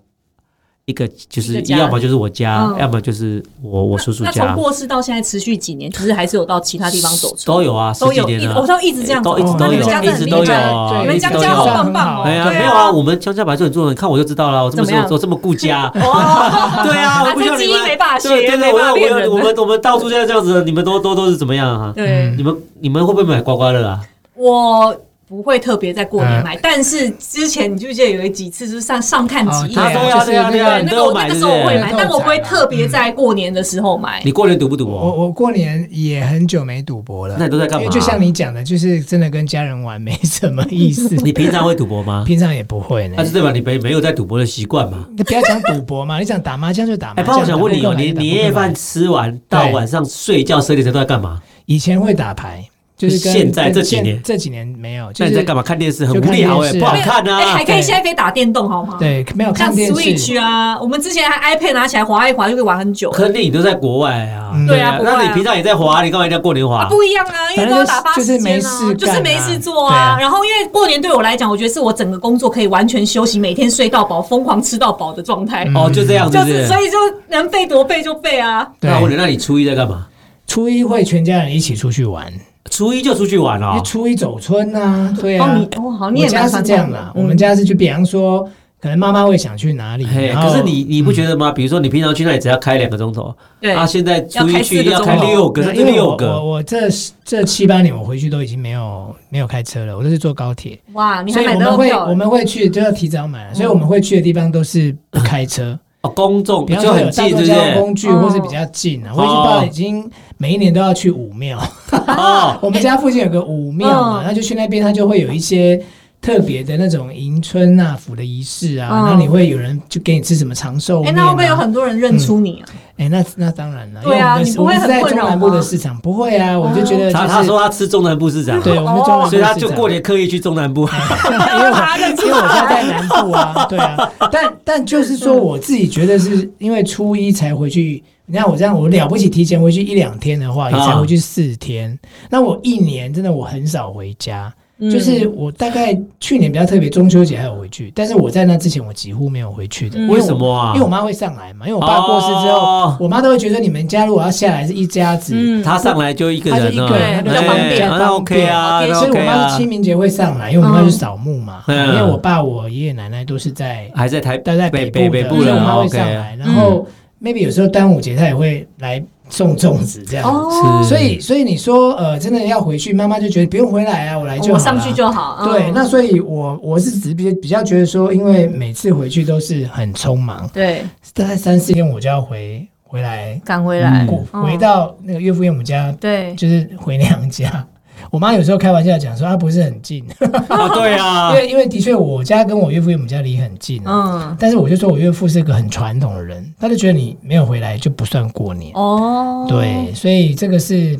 S1: 一个就是
S2: 一个家
S1: 要么就是我家，
S2: 嗯
S1: 要么就是我我叔叔
S2: 那从
S1: 家，
S2: 过世到现在持续几年，就是还是有到其他地方走出，
S1: 都有啊，十
S2: 都
S1: 几
S2: 有，一
S1: 年
S2: 直
S1: 了
S2: 我，都一直这样走，
S1: 都一直
S2: 哦
S1: 都
S2: 那你
S1: 有
S2: 们家，
S1: 一
S2: 真的
S1: 直
S2: 很
S1: 都
S2: 厉
S1: 有
S2: 害。
S1: 啊，
S3: 对
S2: 你们
S1: 一直
S2: 家
S1: 都
S2: 家
S1: 有
S2: 好
S1: 啊。
S2: 棒棒哦
S1: 哎呀，
S2: 对啊
S1: 没有啊，我们乡下本来就很重，你看我就知道了，我这么
S2: 怎么
S1: 说，
S2: 样
S1: 我这么顾家，
S2: 哦，
S1: 对啊，我不像
S2: 这
S1: 你
S2: 基因
S1: 们，
S2: 没办法学
S1: 对对对，
S2: 没办法
S1: 我
S2: 变
S1: 我
S2: 人
S1: 我们我们到处现在这样子，你们都都都是怎么样啊？
S2: 对
S1: 你们你们会不会买刮刮乐啊？
S2: 我。不会特别在过年
S3: 嗯
S2: 买，但是之前你记不记得有几次就是上上看几
S1: 啊对
S3: 对啊
S1: 啊
S3: 就是
S1: 对啊对
S3: 那个
S1: 啊，
S2: 对
S1: 你
S2: 那
S1: 都
S2: 个
S1: 有
S2: 我
S1: 买
S2: 那
S1: 是不
S2: 个时
S1: 是
S2: 候我会
S3: 对
S2: 买，
S3: 对
S2: 但我不会
S3: 对
S2: 特别在过年的时候买。
S1: 你过年赌不赌
S3: 我
S1: 哦？
S3: 我过年也很久没赌博了，
S1: 那你都在干
S3: 因
S1: 嘛？啊
S3: 为就像你讲的，就是真的跟家人玩没什么意思，
S1: 你平常会赌博吗？
S3: 平常也不会呢
S1: 那。是代表你没没有在赌博的习惯嘛？
S3: 你不要讲赌博嘛，你讲打麻将就打
S1: 哎，
S3: 麻
S1: 爸，
S3: 将。
S1: 我想问你
S3: 打
S1: 哦，
S3: 扑克牌
S1: 你
S3: 就打扑克牌
S1: 年夜饭吃完到晚上睡觉十点钟都在干嘛？
S3: 以前会打牌，就是跟
S1: 现在
S3: 跟
S1: 这几
S3: 现
S1: 年
S3: 这几年没有，就
S1: 那
S3: 是
S1: 你在干嘛？看电视很
S3: 就
S1: 无
S3: 看
S1: 聊哎、
S3: 电视
S1: 不好
S3: 啊
S1: 看啊！
S2: 哎、还可以，
S3: 对
S2: 现在可以打电动好吗？，
S3: 对，没有
S2: 像
S3: 哦看电视。
S2: Switch 啊，我们之前还 iPad 拿起来滑一滑就可以玩很久了
S1: 可是你都在国外啊，
S3: 嗯
S2: 对啊国
S1: 那
S2: 外
S1: 你
S2: 啊
S1: 平常也在滑，你干嘛一定要过年滑？
S2: 啊，不一样啊，因为都要打发时间啊，
S3: 反正
S2: 就
S3: 就是是
S2: 没
S3: 没
S2: 事
S3: 事
S2: 做
S3: 做
S2: 啊。
S3: 啊
S2: 然后因为过年对我来讲，我觉得是我整个工作可以完全休息，每天睡到饱，疯狂吃到饱的状
S3: 嗯
S2: 态。
S1: 哦，就这样，
S3: 啊
S2: 就
S1: 不
S2: 是，所以就能背多背就背啊。
S3: 对
S1: 那，我那你初一在干嘛？
S3: 初一会全家人一起出去玩，
S1: 初一就出去玩
S3: 因为
S1: 哦，
S3: 初一走村啊，对啊。
S2: 哦，你哦好，你
S3: 我
S2: 也
S3: 家
S2: 蛮
S3: 是
S2: 传
S3: 这样
S2: 统
S3: 的
S2: 的，。嗯
S3: 我们家是就比方说，可能妈妈会想去哪里，
S1: 嘿，
S3: 然后嗯
S1: 可是你你不觉得吗？比如说你平常去那里只要开两个钟头，
S2: 嗯对
S1: 啊，现在初一去要
S2: 要
S1: 哦开
S2: 开四个钟头
S1: 六个，甚至
S3: 哦因为
S1: 六
S3: 我我
S1: 个，
S3: 我这这七八年我回去都已经没有没有开车了，我都是坐高铁，
S2: 哇，你
S3: 所
S2: 还买
S3: 以我
S2: 得
S3: 们
S2: 到
S3: 会
S2: 票嗯
S3: 我
S2: 欸？
S3: 们会去就要提早买了，啊所以我们会去的地方都是不开车，
S1: 哦，公众
S3: 比方
S1: 就
S3: 说有
S1: 很
S3: 大
S1: 近，
S3: 众
S1: 对不哦
S3: 交通
S1: 对？
S3: 工具
S2: 哦
S3: 或是比较近啊，我已经到已经每一年都要去武 庙，
S2: 啊
S1: 哦，
S3: 我们家附近有个武庙
S2: 嗯，
S3: 嘛那就去那边，它就会有一些。特别的那种迎春纳福的仪式啊，
S2: 嗯
S3: 那你会有人就给你吃什么长寿
S2: 哎，
S3: 面、啊？
S2: 那会不会有很多人认出你啊？
S3: 哎、那那当然了，因
S2: 对
S3: 为我
S2: 啊
S3: 们的
S2: 你不
S3: 我
S2: 会
S3: 们
S2: 很
S3: 是在
S2: 困
S3: 中
S2: 扰
S3: 南部的
S2: 吗
S3: 市场，不会啊，我就觉得、就是、
S1: 哦他他说他吃中南部市长，
S3: 对，我们中南部
S1: 哦所以他
S3: 市
S1: 就
S3: 场
S1: 过年刻意去中南部。
S3: 嗯因 为我因为我家在南部啊，对啊，但但就是说我自己觉得是因为初一才回去，你看我这样我了不起提前回去一两天的话，也
S1: 啊
S3: 才回去四天，那我一年真的我很少回家，
S2: 嗯
S3: 就是我大概去年比较特别，中秋节还有回去，但是我在那之前我几乎没有回去的，
S2: 嗯
S3: 因
S1: 为
S3: 我
S1: 什么啊
S3: 因为我妈会上来嘛，因为我爸过世之后
S1: 哦，
S3: 我妈都会觉得你们家如果要下来是一家子，
S2: 嗯，
S1: 他上来就一个人了，
S2: 他就一个人
S1: 哎
S2: 比较方便
S1: 那 OK 啊，
S2: 比较
S1: 那
S3: 所以我
S1: OK
S3: 妈是
S1: 啊
S3: 清，明节会上来，因为我妈去扫墓嘛。
S1: 嗯
S3: 因为我爸、我爷爷奶奶都是在
S1: 还在台
S3: 待在
S1: 北
S3: 部
S1: 北
S3: 的，
S1: 部
S3: 所以我
S1: 人
S3: 妈会
S1: ，OK
S3: 上
S1: 啊。
S3: 来。然后 maybe 有时候端午节她也会来送粽子这样。
S2: 哦，
S1: 是
S3: 所以，所以你说，呃，真的要回去，妈妈就觉得不用回来啊，我来就好
S2: 我
S3: 了
S2: 上去就好。嗯
S3: 对。那所以我，我是只比比较觉得说，因为每次回去都是很匆忙，
S2: 对，
S3: 大概三四天我就要回回来，
S2: 赶回来
S1: 嗯，
S3: 过
S2: 嗯
S3: 回到那个岳父岳母家
S2: 对，
S3: 就是回娘家。 我妈有时候开玩笑讲说，她不是很近，
S1: 啊，对啊
S3: 因，为因为的确我家跟我岳父岳母家离很近啊。
S2: 嗯，
S3: 但是我就说我岳父是个很传统的人，他就觉得你没有回来就不算过年。
S2: 哦，
S3: 对，所以这个是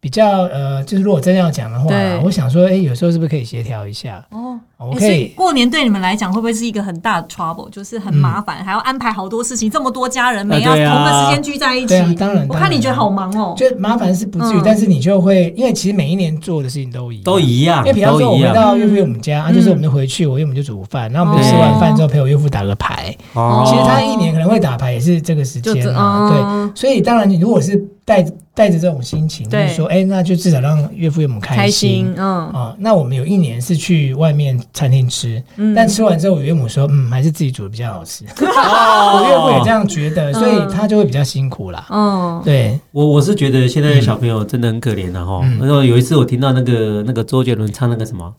S3: 比较呃，就是如果真要讲的话
S2: 对，
S3: 我想说，哎，有时候是不是可以协调一下？
S2: 哦，
S3: 我
S2: 欸
S3: 可
S2: 所
S3: 以
S2: 过年对你们来讲会不会是一个很
S3: 嗯
S2: 大的 trouble，就是很麻烦，还要安排好多事情，这么多家人，每要
S1: 对啊
S2: 同个时间聚在一起
S3: 对，啊，当然，
S2: 我看你觉得好
S3: 忙，
S2: 忙哦。
S3: 就麻烦是不至于
S2: 嗯，
S3: 但是你就会，因为其实每一年做的事情都一样
S1: 都一样，
S3: 因为比方说，
S1: 都
S3: 我
S1: 一
S3: 回
S1: 样。嗯
S3: 到岳父岳母家，啊，就是我们就回去，我岳母就煮饭，然后我们就吃完饭之后陪我岳父打个牌。
S1: 哦
S3: 其实他一年可能会打牌也是这个时
S2: 就这
S3: 间嘛，
S2: 嗯
S3: 对。所以当然，你如果是带带着这种心情，就
S2: 对
S3: 是说，哎，那就至少让岳父岳母开心。
S2: 嗯
S3: 啊、那我们有一年是去外面餐厅吃，
S2: 嗯
S3: 但吃完之后，我岳母说，嗯，还是自己煮的比较 好吃。 我岳父也
S1: 哦
S3: 这，样觉得，所以他就会比较辛苦啦。
S2: 嗯，
S3: 对，
S1: 我我是觉得现在的小朋友真的很可怜的啊哈。
S3: 嗯
S1: 然后有一次我听到那个那个周杰伦唱那个什么《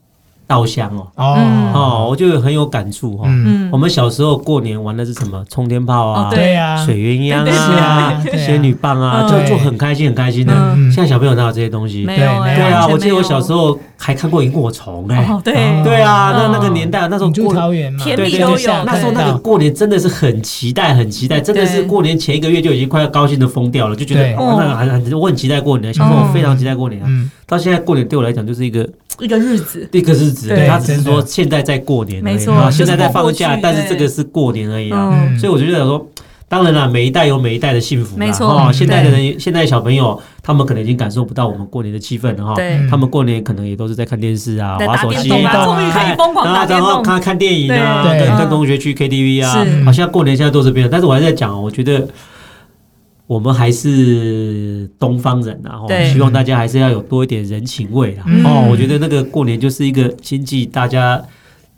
S1: 稻香》哦，
S3: 哦，
S2: 嗯
S1: 哦，我就很有感触哈。
S3: 嗯，
S2: 嗯
S1: 我们小时候过年玩的是什么？冲天炮啊，
S2: 哦对
S3: 对呀、
S1: 水鸳鸯
S2: 对对
S1: 啊，
S3: 对对对
S1: 仙女棒啊，
S2: 嗯
S1: 就就很开心很开心的。
S2: 嗯
S1: 现在小朋友哪有这些东西？
S2: 没有
S3: 对
S2: 欸，
S1: 对啊，
S2: 完全
S1: 我记得
S2: 没
S1: 我
S2: 有
S1: 小时候还看过萤火虫哎
S2: 哦，，对
S3: 哦
S1: 对啊，那
S2: 嗯
S1: 那个年代那时候
S3: 你住
S1: 过
S3: 桃园嘛，
S2: 甜
S1: 对
S2: 蜜
S1: 对
S2: 都
S1: 对，
S2: 有
S1: 那时候那个过年真的是很期待，很期待，真的是
S2: 对
S1: 过年前一个月就已经快要高兴的疯掉了，就觉得
S3: 对
S1: 哦，那个很很，我很期待过年，小时候我
S2: 嗯
S1: 非常期待过年啊。
S3: 嗯，
S1: 到现在过年对我来讲就是一个
S2: 一个日子，
S1: 一个日子，
S2: 对
S1: 他只是
S3: 真的
S1: 说现在在过年而已，
S2: 没错
S1: 啊
S3: 就是
S1: 现在在放
S2: 过
S1: 假，
S2: 去
S1: 但是这
S2: 对
S1: 个是过年而已啊。
S2: 嗯
S3: 嗯
S1: 所以我就觉得说。当然啦，每一代有每一代的幸福啦。
S2: 没错
S1: 哈
S3: 嗯
S1: 现在的人，现在的小朋友，他们可能已经感受不到我们过年的气氛了哈。
S2: 对
S3: 嗯
S1: 他们过年可能也都是在看电视啊，
S2: 嗯在
S1: 玩
S2: 打
S1: 手
S2: 电
S1: 机
S2: 动
S3: 啊
S2: 啊，终于可以疯狂
S1: 然
S2: 打
S1: 后
S2: 电
S1: 然后
S2: 动，
S1: 看看电影啊，
S2: 对
S1: 跟
S2: 对
S1: 跟同学去 KTV 啊
S2: 是，
S1: 好像过年现在都是变了。但是我还是在讲哦，我觉得我们还是东方人啊，哦
S2: 对
S1: 希望大家还是要有多一点人情味啦。
S3: 嗯
S1: 哦，我觉得那个过年就是一个经济大家。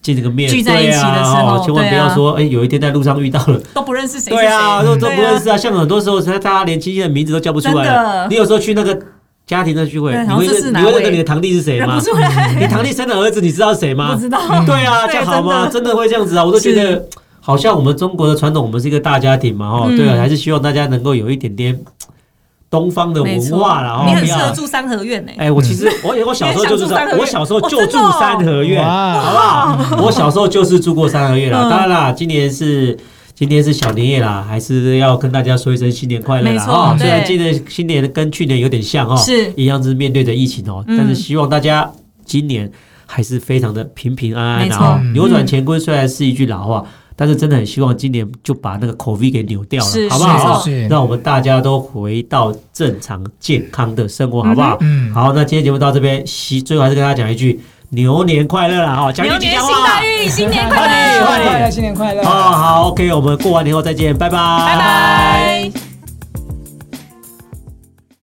S1: 见这个面
S2: 聚在一起的时候
S1: 对啊哦千万不
S2: 对啊
S1: 要说，哎，有一天在路上遇到了，
S2: 都不认识谁是
S1: 对啊，
S2: 谁，
S1: 都都
S2: 对啊
S1: 不认识啊。像很多时候，大家连亲戚的名字都叫不出来
S2: 真
S1: 了。
S2: 的
S1: 你有时候去那个家庭的聚会，
S2: 对
S1: 你
S2: 然后
S1: 会
S2: 这是
S1: 认
S2: 哪
S1: 你会认得
S2: 位
S1: 你的堂弟是谁
S2: 认
S1: 吗
S2: 啊 不？出来，
S1: 你堂弟生的儿子，你知道谁吗？
S2: 不知道，
S1: 对啊，这样好吗？真的会这样子啊？我都觉得好像我们中国的传统，我们是一个大家庭嘛，哈、
S2: 嗯
S1: 对啊，还是希望大家能够有一点点东方的
S2: 没
S1: 文
S2: 错
S1: 化啦，哈，哦
S2: 你很
S1: 不
S2: 适
S1: 要
S2: 合。住三合院呢，
S1: 啊
S2: 欸
S1: 哎、我其
S3: 嗯
S1: 实我我小时候就住
S2: 你
S1: 三
S2: 很想住三合，院
S1: 我小时候就
S2: 哦
S1: 住
S2: 真的哦
S1: 三合院，
S3: 哇
S1: 好不好？我小时候就是住过三合院了。
S2: 嗯
S1: 当然啦，今年是今天是小年夜啦，还是要跟大家说一声新年快乐
S2: 没
S1: 啦！
S2: 错
S1: 哦，虽然
S2: 对
S1: 今年新年跟去年有点像哦，
S2: 是
S1: 一样是面对着疫情哦，
S2: 嗯
S1: 但是希望大家今年还是非常的平平安安
S2: 没
S1: 的
S2: 错
S1: 哦。
S3: 嗯
S1: 扭转乾坤虽然是一句老话，但是真的很希望今年就把那个口 V 给扭掉
S2: 是
S1: 了，好不好？
S3: 是是
S1: 让我们大家都回到正常健康的生活，好不好？
S3: 嗯
S1: 好，那今天节目到这边，希最后还是跟大家讲一句牛年快乐啦！哈，讲
S2: 牛
S1: 一句
S2: 年
S1: 讲
S2: 新
S1: 话。哦
S2: 大运，新年快
S1: 欢迎
S2: 乐，
S1: 欢迎
S3: 快乐，新年快乐！
S1: 哦，好，OK，我们过完年后再见，拜拜，拜
S2: 拜拜。